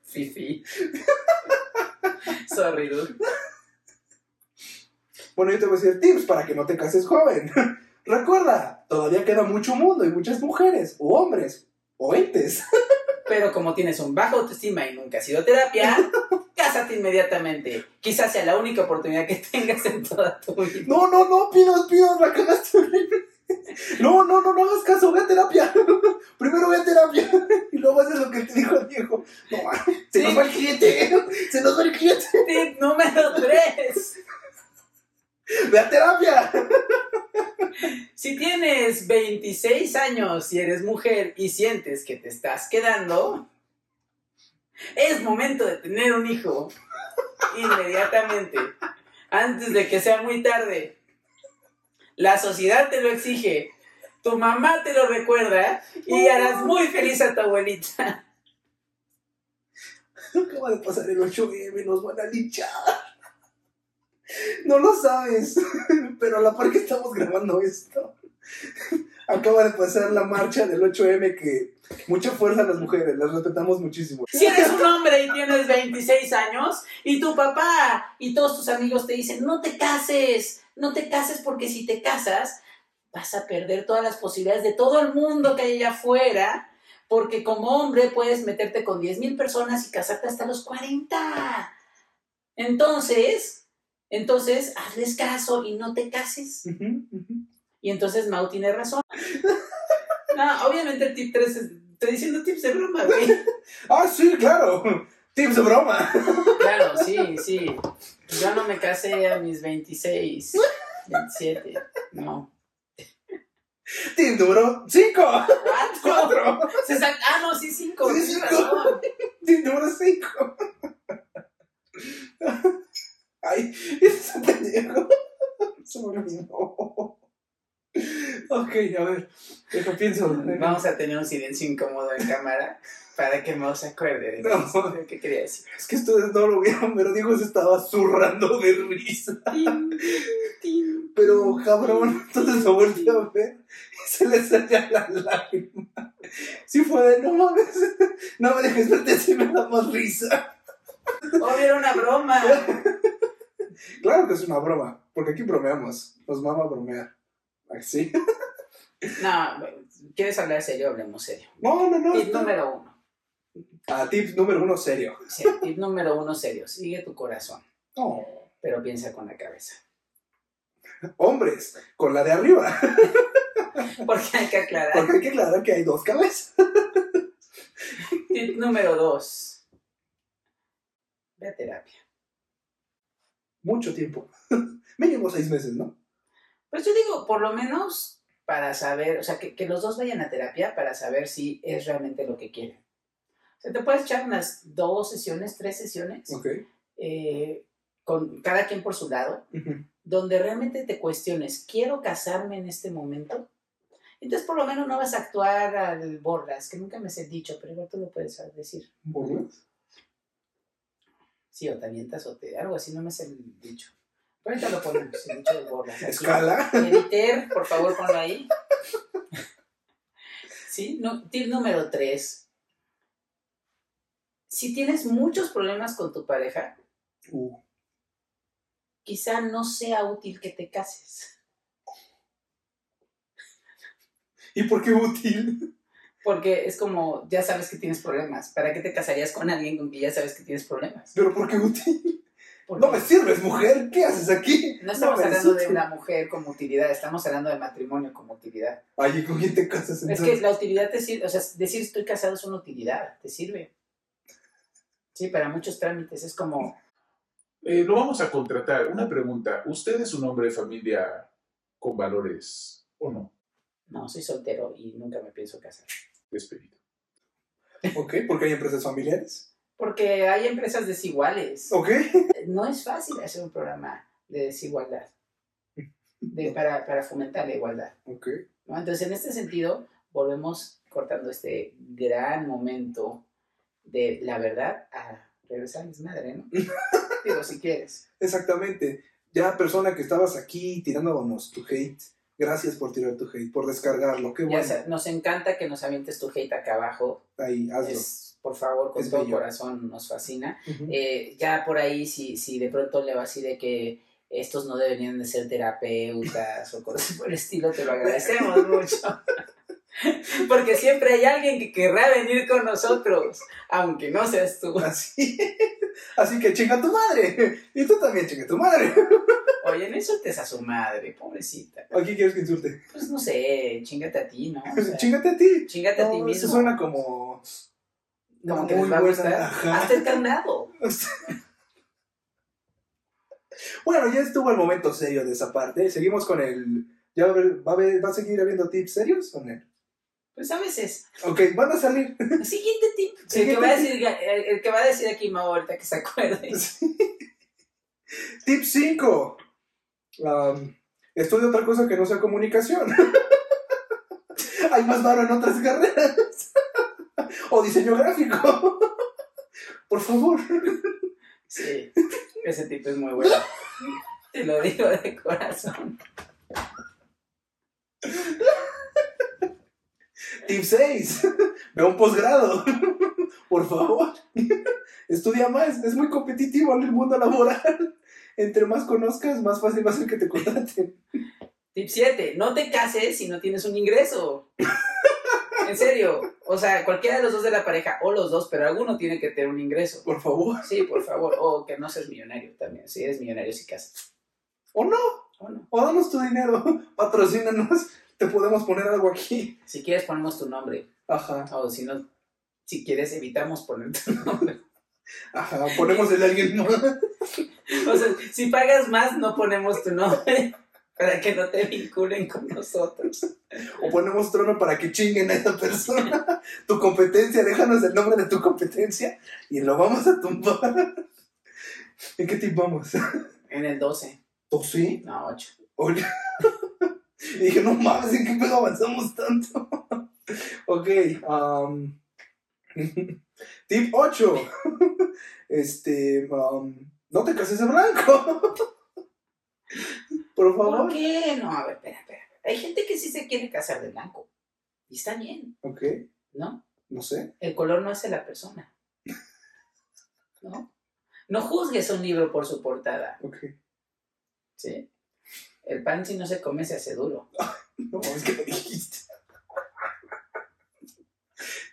[SPEAKER 1] Fifi. Sorry, dude.
[SPEAKER 3] Bueno, yo te voy a decir tips para que no te cases joven. Recuerda, todavía queda mucho mundo y muchas mujeres, o hombres, o entes.
[SPEAKER 1] Pero como tienes un bajo autoestima y nunca has ido a terapia, cásate inmediatamente. Quizás sea la única oportunidad que tengas en toda tu vida.
[SPEAKER 3] No, no, no, pidos, pidos, la cagaste horrible. No, no, no, no hagas caso, ve a terapia. Primero ve a terapia y luego haces lo que te dijo Diego. No, ma, se nos va el cliente, se nos va el cliente.
[SPEAKER 1] Tip número 3.
[SPEAKER 3] Ve a terapia.
[SPEAKER 1] Si tienes 26 años y eres mujer y sientes que te estás quedando, es momento de tener un hijo inmediatamente, antes de que sea muy tarde. La sociedad te lo exige, tu mamá te lo recuerda y harás muy feliz a tu abuelita.
[SPEAKER 3] Acaba de pasar el 8M, nos van a linchar. No lo sabes, pero a la par que estamos grabando esto, acaba de pasar la marcha del 8M que mucha fuerza a las mujeres, las respetamos muchísimo.
[SPEAKER 1] Si eres un hombre y tienes 26 años y tu papá y todos tus amigos te dicen, no te cases, no te cases porque si te casas vas a perder todas las posibilidades de todo el mundo que hay allá afuera, porque como hombre puedes meterte con 10 mil personas y casarte hasta los 40. Entonces, entonces, hazles caso y no te cases.
[SPEAKER 3] Ujú, ujú.
[SPEAKER 1] Y entonces Mau tiene razón. No, obviamente el tip 3 es... Estoy diciendo tips de broma, güey.
[SPEAKER 3] Ah, sí, claro. Tips de broma.
[SPEAKER 1] Claro, sí, sí. Yo no me casé a mis 26, 27, no.
[SPEAKER 3] Team número 5.
[SPEAKER 1] ¿Cuatro?
[SPEAKER 3] 4.
[SPEAKER 1] Se sal- Ah, no, sí, cinco.
[SPEAKER 3] Ah, Sí,
[SPEAKER 1] tienes
[SPEAKER 3] cinco.
[SPEAKER 1] razón.
[SPEAKER 3] Team número 5. Ay, ese es pendejo. Se me olvidó. Ok, a ver. Deja pienso.
[SPEAKER 1] Vamos a tener un silencio incómodo en cámara para que Mau se acuerde de
[SPEAKER 3] No.
[SPEAKER 1] de qué quería decir.
[SPEAKER 3] Es que ustedes no lo vieron, pero Diego se estaba zurrando de risa. Pero cabrón, entonces lo volteó a ver y se le salía la lágrima. Sí fue de, no mames, no me dejes verte así, me da más risa.
[SPEAKER 1] Oh, era una broma.
[SPEAKER 3] Claro que es una broma, porque aquí bromeamos, nos mama bromear. ¿Ah, Así.
[SPEAKER 1] No, bueno, ¿quieres hablar serio? Hablemos serio.
[SPEAKER 3] No, no, no.
[SPEAKER 1] Tip
[SPEAKER 3] no.
[SPEAKER 1] número uno.
[SPEAKER 3] Ah, tip número uno serio.
[SPEAKER 1] Sí, tip número uno serio. Sigue tu corazón,
[SPEAKER 3] No.
[SPEAKER 1] pero piensa con la cabeza.
[SPEAKER 3] Hombres, con la de arriba,
[SPEAKER 1] Porque hay que aclarar.
[SPEAKER 3] porque hay que aclarar que hay dos cabezas.
[SPEAKER 1] Tip número dos. Ve a terapia.
[SPEAKER 3] Mucho tiempo. Mínimo seis meses, ¿no?
[SPEAKER 1] Pues yo digo, por lo menos para saber, o sea, que, que los dos vayan a terapia para saber si es realmente lo que quieren. O sea, te puedes echar unas dos sesiones, tres sesiones,
[SPEAKER 3] Ok.
[SPEAKER 1] eh, con cada quien por su lado, donde realmente te cuestiones, ¿quiero casarme en este momento? Entonces, por lo menos no vas a actuar al borras, que nunca me has dicho, pero igual tú lo puedes decir.
[SPEAKER 3] ¿Burlas?
[SPEAKER 1] Sí, o te avientas o te, algo así, no me sé el dicho. Pero ahorita lo ponemos, el dicho de borras. aquí.
[SPEAKER 3] Escala.
[SPEAKER 1] Editer, por favor, ponlo ahí. Sí, no, tip número tres. Si tienes muchos problemas con tu pareja,
[SPEAKER 3] Uh.
[SPEAKER 1] quizá no sea útil que te cases,
[SPEAKER 3] ¿Y por qué útil?
[SPEAKER 1] porque es como, ya sabes que tienes problemas. ¿Para qué te casarías con alguien con quien ya sabes que tienes problemas?
[SPEAKER 3] ¿Pero por qué útil?
[SPEAKER 1] Porque
[SPEAKER 3] No me sirves, mujer. ¿Qué haces aquí?
[SPEAKER 1] no estamos
[SPEAKER 3] me eres
[SPEAKER 1] hablando de
[SPEAKER 3] útil.
[SPEAKER 1] una mujer como utilidad, estamos hablando de matrimonio como utilidad.
[SPEAKER 3] Ay, ¿y con quién te casas
[SPEAKER 1] Es que
[SPEAKER 3] entonces?
[SPEAKER 1] la utilidad te sirve, o sea, decir estoy casado es una utilidad, te sirve. Sí, para muchos trámites es como,
[SPEAKER 7] Eh, lo vamos a contratar. Una pregunta. ¿Usted es un hombre de familia con valores o no?
[SPEAKER 1] No, soy soltero y nunca me pienso casar.
[SPEAKER 7] Despedido.
[SPEAKER 3] Ok, porque hay empresas familiares.
[SPEAKER 1] Porque hay empresas desiguales.
[SPEAKER 3] Ok.
[SPEAKER 1] No es fácil hacer un programa de desigualdad de- para, para fomentar la igualdad.
[SPEAKER 3] Ok.
[SPEAKER 1] ¿no? Entonces, en este sentido, volvemos cortando este gran momento de la verdad a regresar a mis madres, ¿no? Digo, si quieres.
[SPEAKER 3] Exactamente. Ya, persona que estabas aquí tirándonos tu hate, gracias por tirar tu hate, por descargarlo. Qué
[SPEAKER 1] Ya
[SPEAKER 3] bueno.
[SPEAKER 1] sa- nos encanta que nos avientes tu hate acá abajo.
[SPEAKER 3] Ahí, hazlo.
[SPEAKER 1] Es, por favor, con
[SPEAKER 3] Es
[SPEAKER 1] todo
[SPEAKER 3] bello.
[SPEAKER 1] corazón, nos fascina.
[SPEAKER 3] Ujú.
[SPEAKER 1] Eh, ya por ahí, si, si de pronto le va así de que estos no deberían de ser terapeutas o cosas por el estilo, te lo agradecemos mucho. Porque siempre hay alguien que querrá venir con nosotros, aunque no seas tú.
[SPEAKER 3] Así. Así que chinga tu madre. Y tú también chinga tu madre.
[SPEAKER 1] Oye, no insultes a su madre, pobrecita.
[SPEAKER 3] ¿A quién quieres que insulte?
[SPEAKER 1] Pues no sé, chingate a ti, ¿no? O sea,
[SPEAKER 3] Chingate a ti.
[SPEAKER 1] chingate a ti
[SPEAKER 3] No,
[SPEAKER 1] mismo.
[SPEAKER 3] eso suena como.
[SPEAKER 1] Como
[SPEAKER 3] no,
[SPEAKER 1] que les va a
[SPEAKER 3] buena.
[SPEAKER 1] gustar.
[SPEAKER 3] Ajá.
[SPEAKER 1] Hazte el candado.
[SPEAKER 3] Bueno, ya estuvo el momento serio de esa parte. Seguimos con el. ¿Ya va a, haber- va a, haber- va a seguir habiendo tips serios o no?
[SPEAKER 1] Pues a veces.
[SPEAKER 3] Ok, van a salir.
[SPEAKER 1] Siguiente tip. El que,
[SPEAKER 3] Siguiente
[SPEAKER 1] va a decir, el, el que va a decir aquí, Mau, ahorita que se acuerde.
[SPEAKER 3] Tip 5. estudia otra cosa que no sea comunicación. Hay más varo en otras carreras. o diseño gráfico. Por favor.
[SPEAKER 1] Sí, ese tipo es muy bueno. Te lo digo de corazón.
[SPEAKER 3] Tip 6. Ve a un posgrado. Por favor. Estudia más. Es muy competitivo en el mundo laboral. Entre más conozcas, más fácil va a ser que te contraten.
[SPEAKER 1] Tip 7. No te cases si no tienes un ingreso. En serio. O sea, cualquiera de los dos de la pareja, o los dos, pero alguno tiene que tener un ingreso.
[SPEAKER 3] Por favor.
[SPEAKER 1] Sí, por favor. O que no seas millonario también. Si eres millonario, si casas.
[SPEAKER 3] O no.
[SPEAKER 1] O no.
[SPEAKER 3] O danos tu dinero. Patrocínanos. Te podemos poner algo aquí.
[SPEAKER 1] Si quieres, ponemos tu nombre.
[SPEAKER 3] Ajá.
[SPEAKER 1] O si no, si quieres, evitamos poner tu nombre.
[SPEAKER 3] Ajá. Ponemos el de alguien más.
[SPEAKER 1] O sea, si pagas más, no ponemos tu nombre. para que no te vinculen con nosotros.
[SPEAKER 3] O ponemos trono para que chinguen a esa persona. Tu competencia, déjanos el nombre de tu competencia y lo vamos a tumbar. ¿En qué tip vamos?
[SPEAKER 1] En el 12,
[SPEAKER 3] ¿O sí?
[SPEAKER 1] no, 8.
[SPEAKER 3] Oye. Y dije, no mames, ¿en qué pedo avanzamos tanto? ok. am, tip 8. este. am, no te cases de blanco. Por favor.
[SPEAKER 1] ¿Por qué? No, a ver, espera, espera. Hay gente que sí se quiere casar de blanco. Y está bien,
[SPEAKER 3] Ok,
[SPEAKER 1] ¿no?
[SPEAKER 3] no sé.
[SPEAKER 1] El color no hace la persona. ¿No? No juzgues un libro por su portada,
[SPEAKER 3] Ok.
[SPEAKER 1] ¿sí? El pan si no se come se hace duro.
[SPEAKER 3] No mames, ¿qué me dijiste?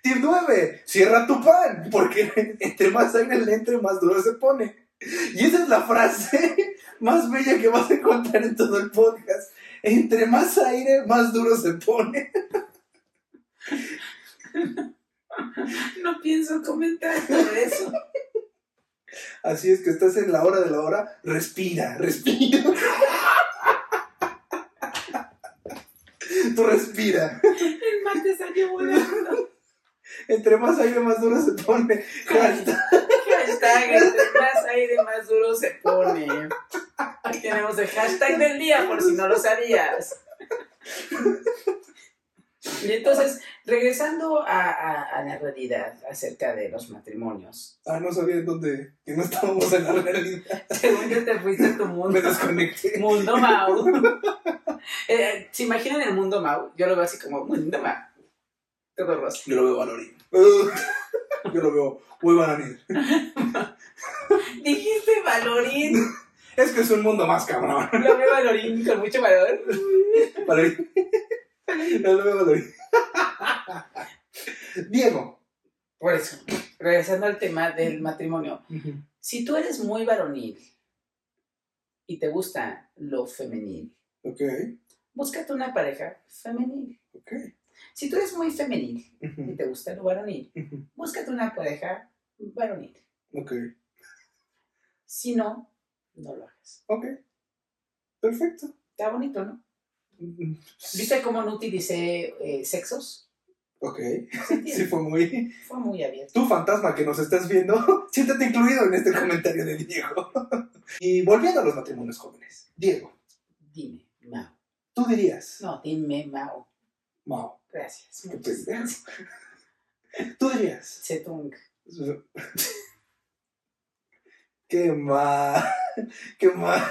[SPEAKER 3] Tip 9. Cierra tu pan, porque entre más sangre le entre, más duro se pone. Y esa es la frase más bella que vas a encontrar en todo el podcast. Entre más aire, más duro se pone.
[SPEAKER 1] No pienso comentar sobre eso.
[SPEAKER 3] Así es que estás en la hora de la hora. Respira, respira. Tú respira.
[SPEAKER 1] El martes salió volando.
[SPEAKER 3] Entre más aire, más duro se pone.
[SPEAKER 1] Hashtag, entre más aire, más duro se pone. Aquí tenemos el hashtag del día, por si no lo sabías. Y entonces, regresando a, a- a la realidad acerca de los matrimonios,
[SPEAKER 3] Ah, no sabía en dónde. Que no estábamos en la realidad.
[SPEAKER 1] según que te fuiste a tu mundo,
[SPEAKER 3] Me desconecté.
[SPEAKER 1] mundo Mau. Eh, ¿Se imaginan el mundo Mau? Yo lo veo así como mundo Mau. Todo rosa.
[SPEAKER 3] Yo lo veo valorín. Yo lo veo muy valorín.
[SPEAKER 1] Dijiste Valorín.
[SPEAKER 3] Es que es un mundo más cabrón.
[SPEAKER 1] Lo veo Valorín con mucho valor.
[SPEAKER 3] Valorín. Yo lo veo valorín. Diego.
[SPEAKER 1] Por eso, regresando al tema del matrimonio, si tú eres muy varonil y te gusta lo femenil,
[SPEAKER 3] Ok,
[SPEAKER 1] búscate una pareja femenil.
[SPEAKER 3] ok.
[SPEAKER 1] Si tú eres muy femenil y
[SPEAKER 3] Ujú,
[SPEAKER 1] te gusta lo varonil,
[SPEAKER 3] ujú.
[SPEAKER 1] búscate una pareja varonil.
[SPEAKER 3] Ok,
[SPEAKER 1] Si no, no lo hagas.
[SPEAKER 3] ok. Perfecto.
[SPEAKER 1] Está bonito, ¿no? ¿Viste cómo no utilicé eh, sexos?
[SPEAKER 3] Ok,
[SPEAKER 1] ¿Se entiende?
[SPEAKER 3] sí fue muy...
[SPEAKER 1] Fue muy abierto.
[SPEAKER 3] Tú, fantasma que nos estás viendo, siéntate incluido en este comentario de Diego. Y volviendo a los matrimonios jóvenes. Diego,
[SPEAKER 1] Dime, Mao.
[SPEAKER 3] tú dirías...
[SPEAKER 1] No, dime, Mao.
[SPEAKER 3] Mau,
[SPEAKER 1] Gracias.
[SPEAKER 3] qué
[SPEAKER 1] Muchas
[SPEAKER 3] pendejo.
[SPEAKER 1] gracias.
[SPEAKER 3] Tú dirías...
[SPEAKER 1] Zetung.
[SPEAKER 3] Qué mal, qué mal.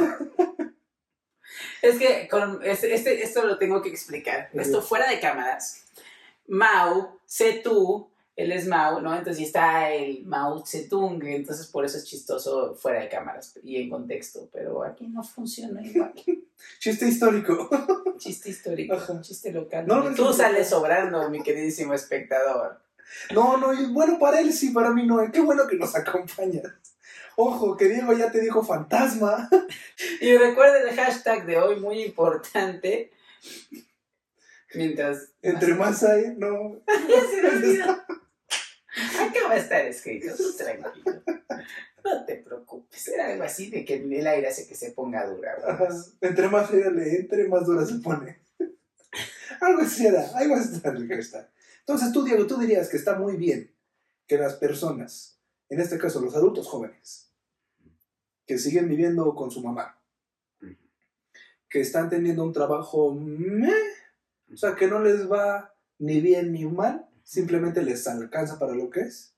[SPEAKER 1] Es que con este, este- esto lo tengo que explicar. Esto fuera de cámaras. Mao, sé tú, él es Mao, ¿no? Entonces y está el Mao Zedong, entonces por eso es chistoso fuera de cámaras y en contexto, pero aquí no funciona igual.
[SPEAKER 3] Chiste histórico.
[SPEAKER 1] chiste histórico,
[SPEAKER 3] Ajá.
[SPEAKER 1] chiste local.
[SPEAKER 3] No, no,
[SPEAKER 1] tú
[SPEAKER 3] no.
[SPEAKER 1] sales sobrando, mi queridísimo espectador.
[SPEAKER 3] No, no, y bueno, para él sí, para mí no. eh. Qué bueno que nos acompañas. Ojo, que Diego ya te dijo fantasma.
[SPEAKER 1] Y recuerden el hashtag de hoy, muy importante. Mientras...
[SPEAKER 3] Entre más hay, no.
[SPEAKER 1] Ya se me olvidó. Acá va a estar escrito, tú tranquilo. No te preocupes, era algo así de que el aire hace que se ponga dura.
[SPEAKER 3] Ajá.
[SPEAKER 1] ¿verdad?
[SPEAKER 3] Entre más fría le entre, más dura se pone. Algo así era, algo así era, algo así era. Entonces tú, Diego, tú dirías que está muy bien que las personas, en este caso los adultos jóvenes, que siguen viviendo con su mamá, que están teniendo un trabajo meh, o sea, que no les va ni bien ni mal, simplemente les alcanza para lo que es,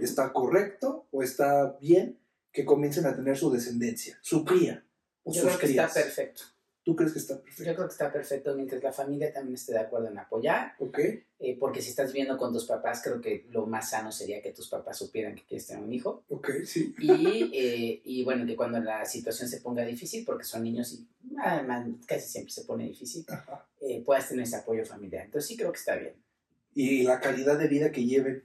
[SPEAKER 3] está correcto o está bien que comiencen a tener su descendencia, su cría. o
[SPEAKER 1] Yo creo
[SPEAKER 3] sus
[SPEAKER 1] que está
[SPEAKER 3] crías.
[SPEAKER 1] perfecto.
[SPEAKER 3] ¿Tú crees que está perfecto?
[SPEAKER 1] Yo creo que está perfecto mientras la familia también esté de acuerdo en apoyar.
[SPEAKER 3] Ok,
[SPEAKER 1] eh, porque si estás viendo con tus papás, creo que lo más sano sería que tus papás supieran que quieres tener un hijo.
[SPEAKER 3] ok, sí.
[SPEAKER 1] Y, eh, y bueno, que cuando la situación se ponga difícil, porque son niños y además casi siempre se pone difícil,
[SPEAKER 3] Ajá.
[SPEAKER 1] eh, puedas tener ese apoyo familiar. Entonces sí creo que está bien.
[SPEAKER 3] Y la calidad de vida que lleven.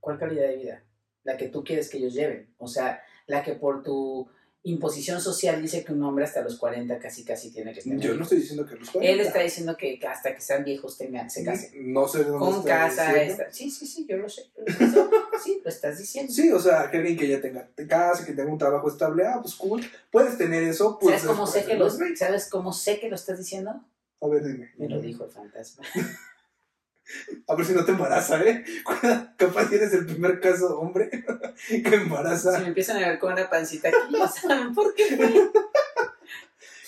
[SPEAKER 1] ¿Cuál calidad de vida? La que tú quieres que ellos lleven. O sea, la que por tu imposición social dice que un hombre hasta los 40 casi casi tiene que estar
[SPEAKER 3] Yo no
[SPEAKER 1] vivo.
[SPEAKER 3] estoy diciendo que los
[SPEAKER 1] Él
[SPEAKER 3] 40.
[SPEAKER 1] está diciendo que hasta que sean viejos tengan, se casen.
[SPEAKER 3] No sé de dónde
[SPEAKER 1] Con
[SPEAKER 3] está
[SPEAKER 1] casa,
[SPEAKER 3] diciendo.
[SPEAKER 1] esta- sí, sí, sí, yo lo sé. yo lo sé. Sí, lo estás diciendo.
[SPEAKER 3] Sí, o sea, que alguien que ya tenga casa, que tenga un trabajo estable, ah, pues cool. Puedes tener eso, pues.
[SPEAKER 1] ¿Sabes cómo, sé que lo,
[SPEAKER 3] los A
[SPEAKER 1] ¿Sabes cómo sé que lo estás diciendo?
[SPEAKER 3] ver, dime.
[SPEAKER 1] Me lo dijo el fantasma.
[SPEAKER 3] A ver si no te embaraza, ¿eh? Capaz tienes el primer caso, hombre, que
[SPEAKER 1] Si
[SPEAKER 3] embaraza.
[SPEAKER 1] me empiezan a ver con una pancita aquí, ya saben por qué.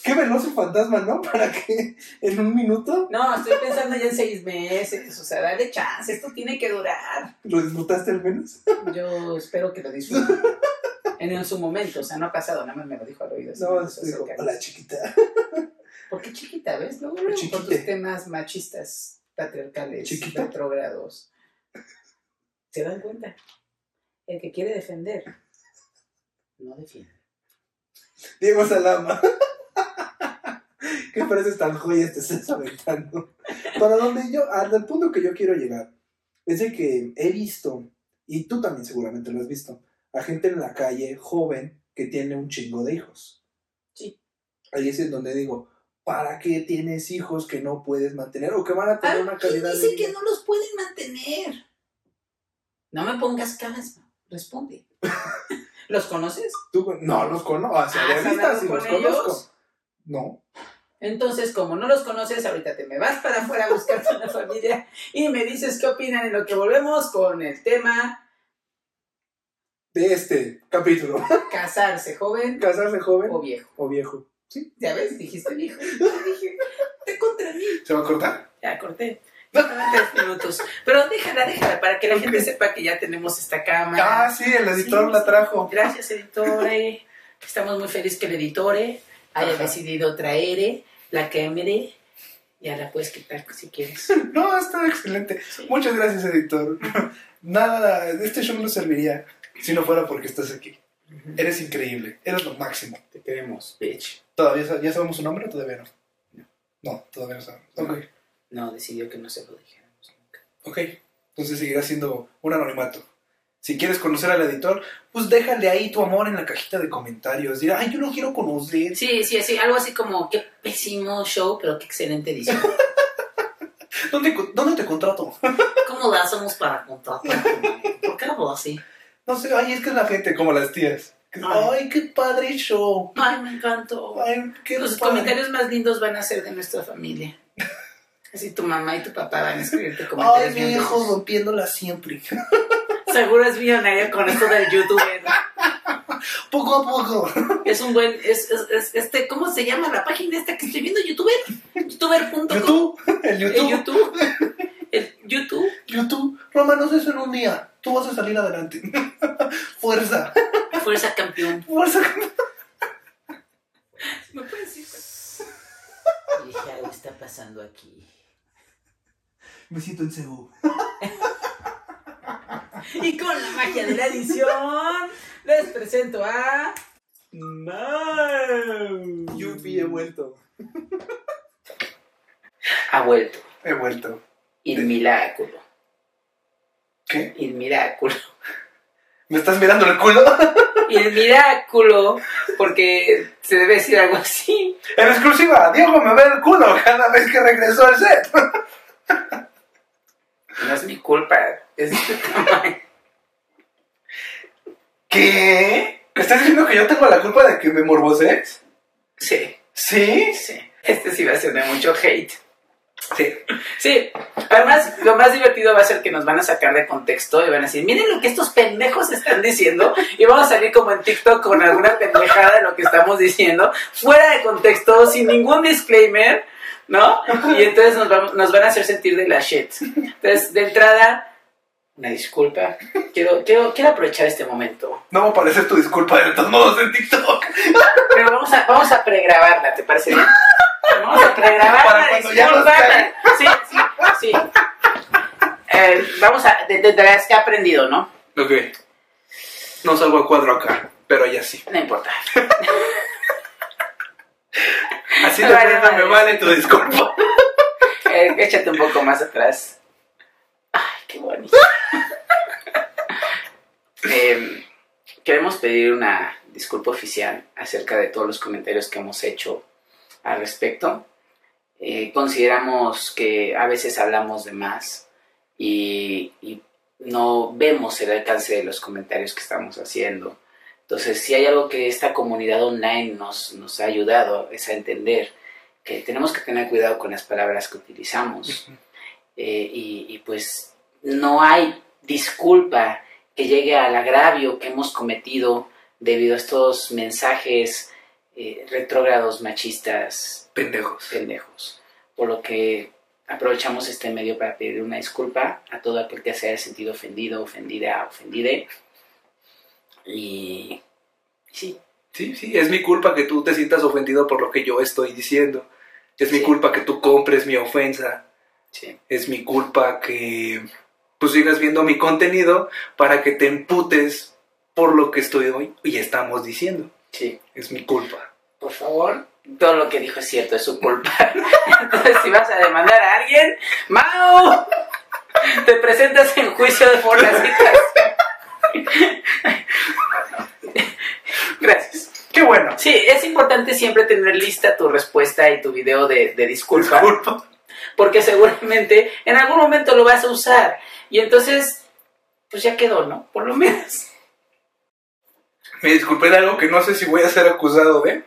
[SPEAKER 3] Qué veloz el fantasma, ¿no? Para que en un minuto
[SPEAKER 1] No, estoy pensando ya en seis meses. pues, O sea, dale chance, esto tiene que durar.
[SPEAKER 3] lo disfrutaste al menos.
[SPEAKER 1] Yo espero que lo disfruten. En su momento, o sea, no ha pasado, nada más me lo dijo al oído. así me
[SPEAKER 3] No,
[SPEAKER 1] lo hizo
[SPEAKER 3] te digo,
[SPEAKER 1] acercar.
[SPEAKER 3] hola chiquita.
[SPEAKER 1] ¿Por qué chiquita, ves? Luego, luego con
[SPEAKER 3] Chiquite.
[SPEAKER 1] tus temas machistas, patriarcales,
[SPEAKER 3] Chiquita.
[SPEAKER 1] retrógrados. ¿Se dan cuenta? El que quiere defender, no defiende.
[SPEAKER 3] Diego Salama. Qué frases tan joyas te estás aventando. Para donde yo, al punto que yo quiero llegar, es de que he visto, y tú también seguramente lo has visto, a gente en la calle joven que tiene un chingo de hijos.
[SPEAKER 1] Sí.
[SPEAKER 3] Ahí es en donde digo, ¿para qué tienes hijos que no puedes mantener o que van a
[SPEAKER 1] Ah,
[SPEAKER 3] tener una calidad de vida?
[SPEAKER 1] no los pueden mantener? No me pongas caras, ma. responde. ¿Los conoces?
[SPEAKER 3] Tú, no los conozco, o sea,
[SPEAKER 1] Ah,
[SPEAKER 3] de
[SPEAKER 1] ¿has
[SPEAKER 3] vista
[SPEAKER 1] hablado
[SPEAKER 3] sí
[SPEAKER 1] con
[SPEAKER 3] los
[SPEAKER 1] ellos?
[SPEAKER 3] conozco. No,
[SPEAKER 1] Entonces, como no los conoces, ahorita te me vas para afuera a buscarte una familia y me dices qué opinan en lo que volvemos con el tema
[SPEAKER 3] de este capítulo.
[SPEAKER 1] casarse joven
[SPEAKER 3] Casarse joven
[SPEAKER 1] o viejo.
[SPEAKER 3] o viejo. Sí.
[SPEAKER 1] Ya ves, dijiste viejo. Yo dije, te contra mí.
[SPEAKER 3] ¿Se va a cortar?
[SPEAKER 1] Ya corté. Faltaban tres minutos. Pero déjala, déjala, para que la gente sepa que ya tenemos esta cámara.
[SPEAKER 3] Ah, sí, el editor
[SPEAKER 1] Sí,
[SPEAKER 3] la
[SPEAKER 1] sí.
[SPEAKER 3] trajo.
[SPEAKER 1] Gracias, editore. Estamos muy felices que el editore haya
[SPEAKER 3] Ajá.
[SPEAKER 1] decidido traer eh, la cámara. Ya la puedes quitar si quieres.
[SPEAKER 3] No, está excelente.
[SPEAKER 1] Sí.
[SPEAKER 3] Muchas gracias, editor. Nada, este show no serviría si no fuera porque estás aquí. Eres increíble, eres lo máximo.
[SPEAKER 1] Te queremos, bitch.
[SPEAKER 3] ¿Todavía sa- ya sabemos su nombre o todavía no? No, todavía no sabemos.
[SPEAKER 1] No.
[SPEAKER 3] Ok,
[SPEAKER 1] No, decidió que no se lo dijéramos nunca.
[SPEAKER 3] ok. Entonces seguirá siendo un anonimato. Si quieres conocer al editor, pues déjale ahí tu amor en la cajita de comentarios. Dirá, ay, yo no quiero conocer.
[SPEAKER 1] Sí, sí, sí, algo así como qué pésimo show, pero qué excelente edición.
[SPEAKER 3] ¿Dónde, co- ¿Dónde te contrato?
[SPEAKER 1] ¿Cómo la hacemos para contratar? ¿Por qué hablo así?
[SPEAKER 3] No sé, ay, es que es la gente, como las tías. Que,
[SPEAKER 1] Ay.
[SPEAKER 3] ay, qué padre show.
[SPEAKER 1] Ay, me encantó.
[SPEAKER 3] Ay, qué
[SPEAKER 1] Los
[SPEAKER 3] padre.
[SPEAKER 1] comentarios más lindos van a ser de nuestra familia. Así tu mamá y tu papá van a escribirte
[SPEAKER 3] Ay,
[SPEAKER 1] comentarios.
[SPEAKER 3] mi
[SPEAKER 1] bien
[SPEAKER 3] hijo
[SPEAKER 1] lindos.
[SPEAKER 3] rompiéndola siempre.
[SPEAKER 1] Seguro es millonario con esto del youtuber.
[SPEAKER 3] Poco a poco.
[SPEAKER 1] Es un buen, es, es- es- este, ¿cómo se llama la página esta que estoy viendo? Youtuber. Youtuber.com.
[SPEAKER 3] YouTube, el
[SPEAKER 1] El
[SPEAKER 3] YouTube,
[SPEAKER 1] YouTube. El YouTube.
[SPEAKER 3] YouTube. Romanos, eso en un día. Tú vas a salir adelante. Fuerza,
[SPEAKER 1] Fuerza campeón.
[SPEAKER 3] fuerza.
[SPEAKER 1] ¿Me puedes decir? Dije, algo está pasando aquí.
[SPEAKER 3] Me siento en Seúl.
[SPEAKER 1] Y con la magia de la edición, les presento a. No.
[SPEAKER 3] Yupi, he vuelto.
[SPEAKER 1] Ha vuelto.
[SPEAKER 3] He vuelto.
[SPEAKER 1] El milagro.
[SPEAKER 3] ¿Qué?
[SPEAKER 1] El milagro.
[SPEAKER 3] ¿Me estás mirando el culo?
[SPEAKER 1] El milagro. Porque se debe decir algo así.
[SPEAKER 3] En exclusiva, Diego me ve el culo cada vez que regresó al set.
[SPEAKER 1] No es mi culpa. Es
[SPEAKER 3] ¿Qué? ¿Me estás diciendo que yo tengo la culpa de que me morbosees?
[SPEAKER 1] Sí,
[SPEAKER 3] ¿Sí?
[SPEAKER 1] sí. Este sí va a ser de mucho hate.
[SPEAKER 3] Sí.
[SPEAKER 1] Sí, además lo más divertido va a ser que nos van a sacar de contexto y van a decir, miren lo que estos pendejos están diciendo y vamos a salir como en TikTok con alguna pendejada de lo que estamos diciendo, fuera de contexto, sin ningún disclaimer, ¿no? Y entonces nos, vamos- nos van a hacer sentir de la shit. Entonces, de entrada, una disculpa, quiero, quiero, quiero aprovechar este momento,
[SPEAKER 3] No va a aparecer tu disculpa de todos modos en TikTok.
[SPEAKER 1] pero vamos a, vamos a pregrabarla, ¿te parece bien? Vamos a pregrabarla,
[SPEAKER 3] Para cuando ya nos
[SPEAKER 1] disculpa. Sí, sí, sí. Eh, vamos a, de, de, de las que he aprendido, ¿no?
[SPEAKER 3] Ok. No salgo al cuadro acá, pero ya sí.
[SPEAKER 1] No importa.
[SPEAKER 3] Así
[SPEAKER 1] de Vale, plano me vale. vale
[SPEAKER 3] tu disculpa.
[SPEAKER 1] Eh, échate un poco más atrás. Ay, qué bonito. Em, queremos pedir una disculpa oficial acerca de todos los comentarios que hemos hecho al respecto. Eh, consideramos que a veces hablamos de más y, y no vemos el alcance de los comentarios que estamos haciendo. Entonces, si hay algo que esta comunidad online nos, nos ha ayudado es a entender que tenemos que tener cuidado con las palabras que utilizamos. Eh, y, y pues no hay disculpa que llegue al agravio que hemos cometido debido a estos mensajes eh, retrógrados machistas
[SPEAKER 3] Pendejos.
[SPEAKER 1] pendejos. Por lo que aprovechamos este medio para pedir una disculpa a todo aquel que se haya sentido ofendido, ofendida, ofendide. Y sí,
[SPEAKER 3] Sí, sí, es mi culpa que tú te sientas ofendido por lo que yo estoy diciendo. Es mi
[SPEAKER 1] Sí.
[SPEAKER 3] culpa que tú compres mi ofensa.
[SPEAKER 1] sí,
[SPEAKER 3] Es mi culpa que tú sigas viendo mi contenido para que te emputes por lo que estoy hoy y estamos diciendo.
[SPEAKER 1] sí.
[SPEAKER 3] Es mi culpa.
[SPEAKER 1] Por favor, todo lo que dijo es cierto, es su culpa. Entonces, si vas a demandar a alguien, ¡Mao! Te presentas en juicio de por las citas. Gracias.
[SPEAKER 3] Qué bueno.
[SPEAKER 1] Sí, es importante siempre tener lista tu respuesta y tu video de, de disculpa,
[SPEAKER 3] Disculpa.
[SPEAKER 1] porque seguramente en algún momento lo vas a usar. Y entonces, pues ya quedó, ¿no? Por lo menos.
[SPEAKER 3] Me disculpé de algo que no sé si voy a ser acusado de.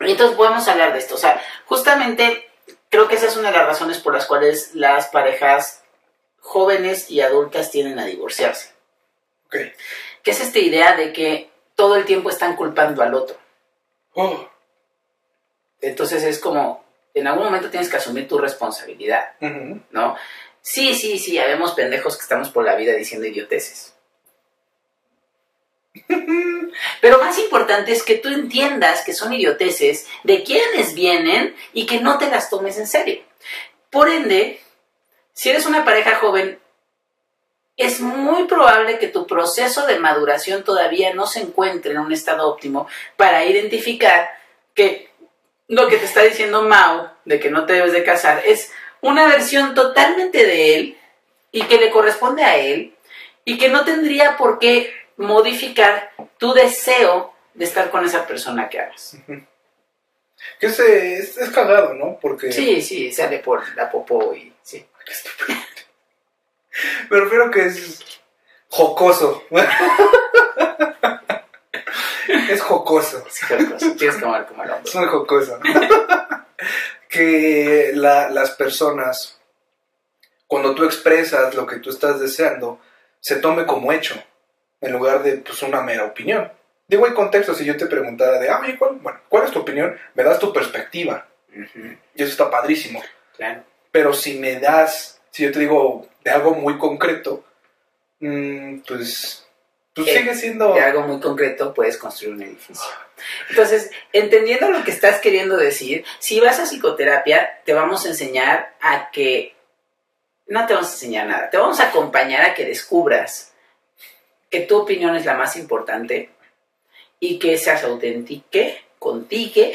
[SPEAKER 1] Y entonces podemos hablar de esto. O sea, justamente creo que esa es una de las razones por las cuales las parejas jóvenes y adultas tienden a divorciarse.
[SPEAKER 3] Ok.
[SPEAKER 1] Que es esta idea de que todo el tiempo están culpando al otro.
[SPEAKER 3] Oh.
[SPEAKER 1] Entonces es como, en algún momento tienes que asumir tu responsabilidad,
[SPEAKER 3] ujú.
[SPEAKER 1] ¿no? Sí, sí, sí, habemos pendejos que estamos por la vida diciendo idioteces. Pero más importante es que tú entiendas que son idioteces, de quiénes vienen y que no te las tomes en serio. Por ende, si eres una pareja joven, es muy probable que tu proceso de maduración todavía no se encuentre en un estado óptimo para identificar que lo que te está diciendo Mao de que no te debes de casar es una versión totalmente de él y que le corresponde a él y que no tendría por qué modificar tu deseo de estar con esa persona que amas.
[SPEAKER 3] Que se, es, es cagado, ¿no? Porque
[SPEAKER 1] Sí, sí, sale por la popó y sí.
[SPEAKER 3] me refiero que es jocoso. es jocoso.
[SPEAKER 1] sí, cualquier cosa. Tienes que amar como el hombre.
[SPEAKER 3] Es muy jocosa. que la- las personas, cuando tú expresas lo que tú estás deseando, se tome como hecho, en lugar de pues, una mera opinión. Digo, hay contexto, si yo te preguntara de, ah, oye, ¿cuál, bueno, ¿cuál es tu opinión? Me das tu perspectiva.
[SPEAKER 1] Ujú,
[SPEAKER 3] Y eso está padrísimo.
[SPEAKER 1] Claro.
[SPEAKER 3] Pero si me das, si yo te digo de algo muy concreto, mm, pues, tú
[SPEAKER 1] Eh,
[SPEAKER 3] sigues siendo...
[SPEAKER 1] De algo muy concreto puedes construir un edificio. Entonces, entendiendo lo que estás queriendo decir, si vas a psicoterapia, te vamos a enseñar a que... No te vamos a enseñar nada, te vamos a acompañar a que descubras que tu opinión es la más importante y que seas autentique, contigo,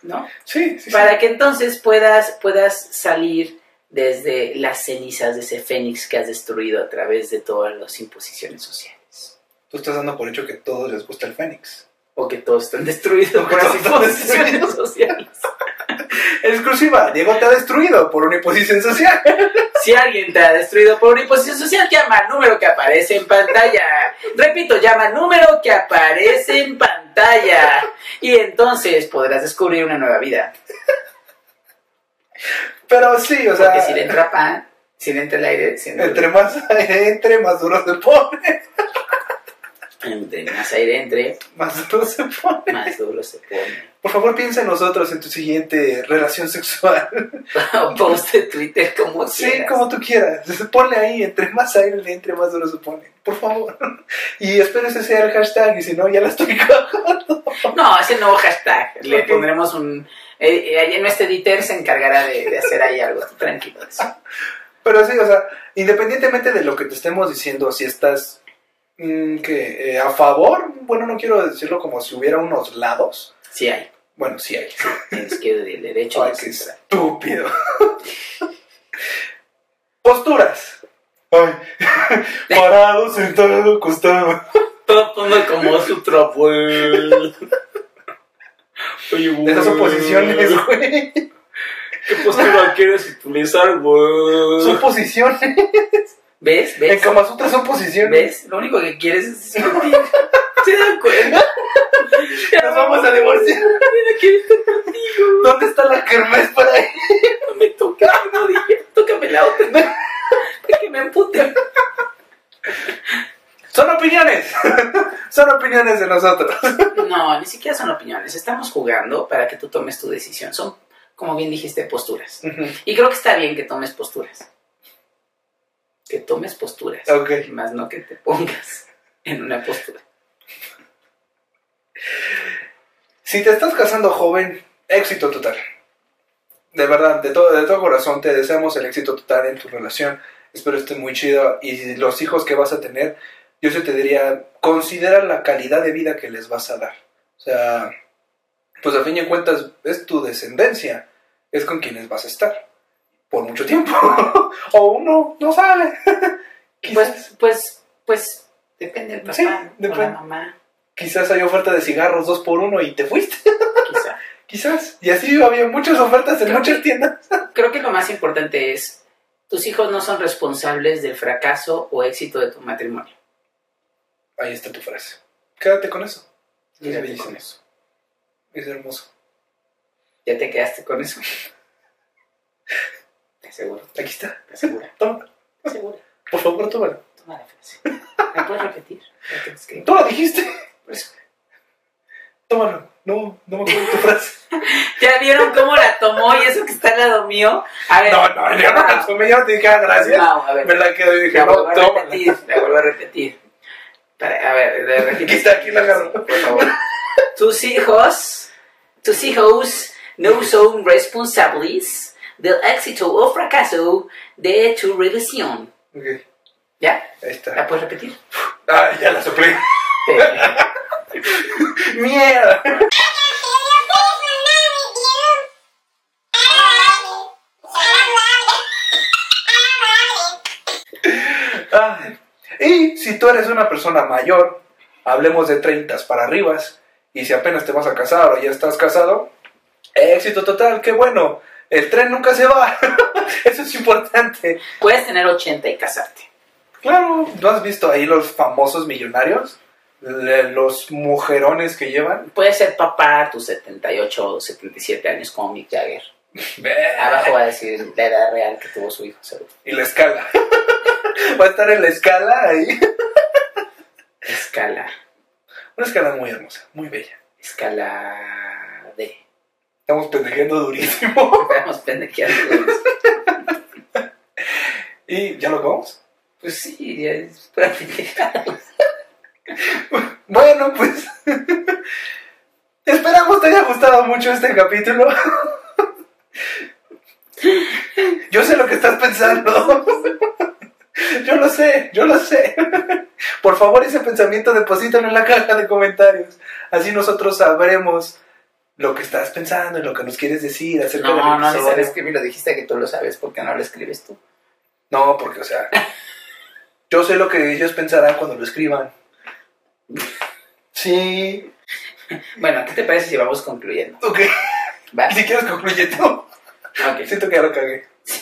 [SPEAKER 1] ¿no?
[SPEAKER 3] Sí, sí, sí.
[SPEAKER 1] Para que entonces puedas, puedas salir desde las cenizas de ese fénix que has destruido a través de todas las imposiciones sociales.
[SPEAKER 3] Tú estás dando por hecho que a todos les gusta el Fénix.
[SPEAKER 1] O que todos están destruidos
[SPEAKER 3] O que
[SPEAKER 1] por las
[SPEAKER 3] todos están
[SPEAKER 1] imposiciones sociales.
[SPEAKER 3] Exclusiva, Diego te ha destruido por una imposición social.
[SPEAKER 1] Si alguien te ha destruido por una imposición social, llama al número que aparece en pantalla. Repito, llama al número que aparece en pantalla. Y entonces podrás descubrir una nueva vida.
[SPEAKER 3] Pero sí, o sea,
[SPEAKER 1] Porque si le entra pan, si le entra el aire, si no-
[SPEAKER 3] entre más entre, más duro se pone.
[SPEAKER 1] entre más aire entre,
[SPEAKER 3] Más duro se pone.
[SPEAKER 1] más duro se pone.
[SPEAKER 3] Por favor, piensa en nosotros en tu siguiente relación sexual.
[SPEAKER 1] o post de Twitter como
[SPEAKER 3] Sí,
[SPEAKER 1] quieras.
[SPEAKER 3] como tú quieras. Ponle ahí, entre más aire le entre, más duro se pone. Por favor. Y espero ese sea el hashtag, y si no, ya la estoy cagando.
[SPEAKER 1] No, ese nuevo hashtag. Le
[SPEAKER 3] Ok.
[SPEAKER 1] pondremos un... eh, eh, ahí nuestro editor se encargará de, de hacer ahí algo. Tú Tranquilo. de eso.
[SPEAKER 3] Pero sí, o sea, independientemente de lo que te estemos diciendo, si estás mm, que eh, a favor, bueno, no quiero decirlo como si hubiera unos lados.
[SPEAKER 1] Sí hay.
[SPEAKER 3] Bueno, sí hay.
[SPEAKER 1] El izquierdo y el derecho.
[SPEAKER 3] Ay,
[SPEAKER 1] etc.
[SPEAKER 3] qué estúpido. Posturas. Ay, parado, sentado, acostado.
[SPEAKER 1] Todo pongo como su trapo. Oye, güey.
[SPEAKER 8] Esas oposiciones, güey.
[SPEAKER 1] ¿Qué postura quieres utilizar,
[SPEAKER 8] Son
[SPEAKER 1] güey?
[SPEAKER 8] posiciones.
[SPEAKER 1] ¿Ves?
[SPEAKER 8] En
[SPEAKER 1] ¿Ves?
[SPEAKER 8] Kama Sutra son posiciones.
[SPEAKER 1] ¿Ves? Lo único que quieres es sentir. ¿Se dan cuenta? Ya
[SPEAKER 8] Nos vamos a divorciar.
[SPEAKER 1] Mira, quiero estar contigo.
[SPEAKER 8] ¿Dónde está la kermés para ir?
[SPEAKER 1] No me toques, no dije. Tócame la otra. Es que me empute.
[SPEAKER 8] Son opiniones. son opiniones de nosotros.
[SPEAKER 1] No, ni siquiera son opiniones. Estamos jugando para que tú tomes tu decisión. Son, como bien dijiste, posturas. Y creo que está bien que tomes posturas. Que tomes posturas.
[SPEAKER 8] ok.
[SPEAKER 1] Más no que te pongas en una postura.
[SPEAKER 3] Si te estás casando joven, éxito total. De verdad, de todo, de todo corazón te deseamos el éxito total en tu relación. Espero esté muy chido. Y los hijos que vas a tener, yo sí te diría, considera la calidad de vida que les vas a dar. O sea, pues a fin de cuentas es tu descendencia, es con quienes vas a estar. Por mucho tiempo. o uno no sabe. quizás,
[SPEAKER 1] Pues, pues, pues, depende del papá
[SPEAKER 3] Sí,
[SPEAKER 1] o la
[SPEAKER 3] depende.
[SPEAKER 1] mamá,
[SPEAKER 3] quizás hay oferta de cigarros dos por uno y te fuiste.
[SPEAKER 1] quizá.
[SPEAKER 3] quizás. Y así había muchas ofertas en
[SPEAKER 1] Creo
[SPEAKER 3] muchas tiendas.
[SPEAKER 1] Creo que lo más importante es, tus hijos no son responsables del fracaso o éxito de tu matrimonio.
[SPEAKER 3] Ahí está tu frase. Quédate con eso. Es
[SPEAKER 1] Quédate
[SPEAKER 3] bellísimo.
[SPEAKER 1] con eso.
[SPEAKER 3] Es hermoso.
[SPEAKER 1] ¿Ya te quedaste con eso? Te aseguro,
[SPEAKER 3] Aquí está.
[SPEAKER 1] te aseguro.
[SPEAKER 3] Toma.
[SPEAKER 1] Te aseguro.
[SPEAKER 3] Por favor, tómala.
[SPEAKER 1] Toma la frase. ¿La puedes repetir? La tienes que-
[SPEAKER 3] Tú la dijiste. Tómalo. No, no me acuerdo de tu frase.
[SPEAKER 1] ¿Ya vieron cómo la tomó y eso que está al lado mío? A ver.
[SPEAKER 3] No, no, yo no la tomé. Yo no te dije ah, gracias.
[SPEAKER 1] No, a ver.
[SPEAKER 3] Me la quedé y dije,
[SPEAKER 1] La
[SPEAKER 3] no,
[SPEAKER 1] vuelvo a
[SPEAKER 3] tómala.
[SPEAKER 1] repetir, la vuelvo a repetir. Para- a ver, la repito.
[SPEAKER 3] Aquí está, aquí la agarro.
[SPEAKER 1] Por favor. Tus hijos, tus hijos no son responsables del éxito o fracaso de tu relación.
[SPEAKER 3] Ok,
[SPEAKER 1] ¿Ya?
[SPEAKER 3] ahí
[SPEAKER 1] ¿La
[SPEAKER 3] está.
[SPEAKER 1] puedes repetir?
[SPEAKER 3] Ah, ya la soplé. ¡Mierda! Ay. ¡Ah, Y si tú eres una persona mayor, hablemos de 30 para arriba, y si apenas te vas a casar o ya estás casado, éxito total, qué bueno. El tren nunca se va. Eso es importante.
[SPEAKER 1] Puedes tener 80 y casarte.
[SPEAKER 3] Claro, ¿no has visto ahí los famosos millonarios? Le- los mujerones que llevan.
[SPEAKER 1] Puedes ser papá a tus 78 o 77 años como Mick Jagger. Abajo va a decir la edad real que tuvo su hijo, seguro.
[SPEAKER 3] Y la escala. va a estar en la escala ahí.
[SPEAKER 1] Escala,
[SPEAKER 3] Una escala muy hermosa, muy bella.
[SPEAKER 1] escala D.
[SPEAKER 3] Estamos pendejeando durísimo.
[SPEAKER 1] Estamos pendejeando.
[SPEAKER 3] ¿Y ya lo vamos?
[SPEAKER 1] Pues sí, ya es para pendejadas.
[SPEAKER 3] Bueno, pues. Esperamos te haya gustado mucho este capítulo. yo sé lo que estás pensando. yo lo sé, yo lo sé. Por favor, ese pensamiento deposítalo en la caja de comentarios. Así nosotros sabremos lo que estás pensando y lo que nos quieres decir acerca del
[SPEAKER 1] No, no, no
[SPEAKER 3] episodio.
[SPEAKER 1] sabes escribir, lo dijiste que tú lo sabes, ¿por qué no lo escribes tú?
[SPEAKER 3] No, porque, o sea, yo sé lo que ellos pensarán cuando lo escriban. Sí.
[SPEAKER 1] Bueno, ¿qué te parece si vamos concluyendo?
[SPEAKER 3] Ok.
[SPEAKER 1] ¿Va?
[SPEAKER 3] Si quieres concluye tú.
[SPEAKER 1] Ok.
[SPEAKER 3] Siento que ya lo cagué.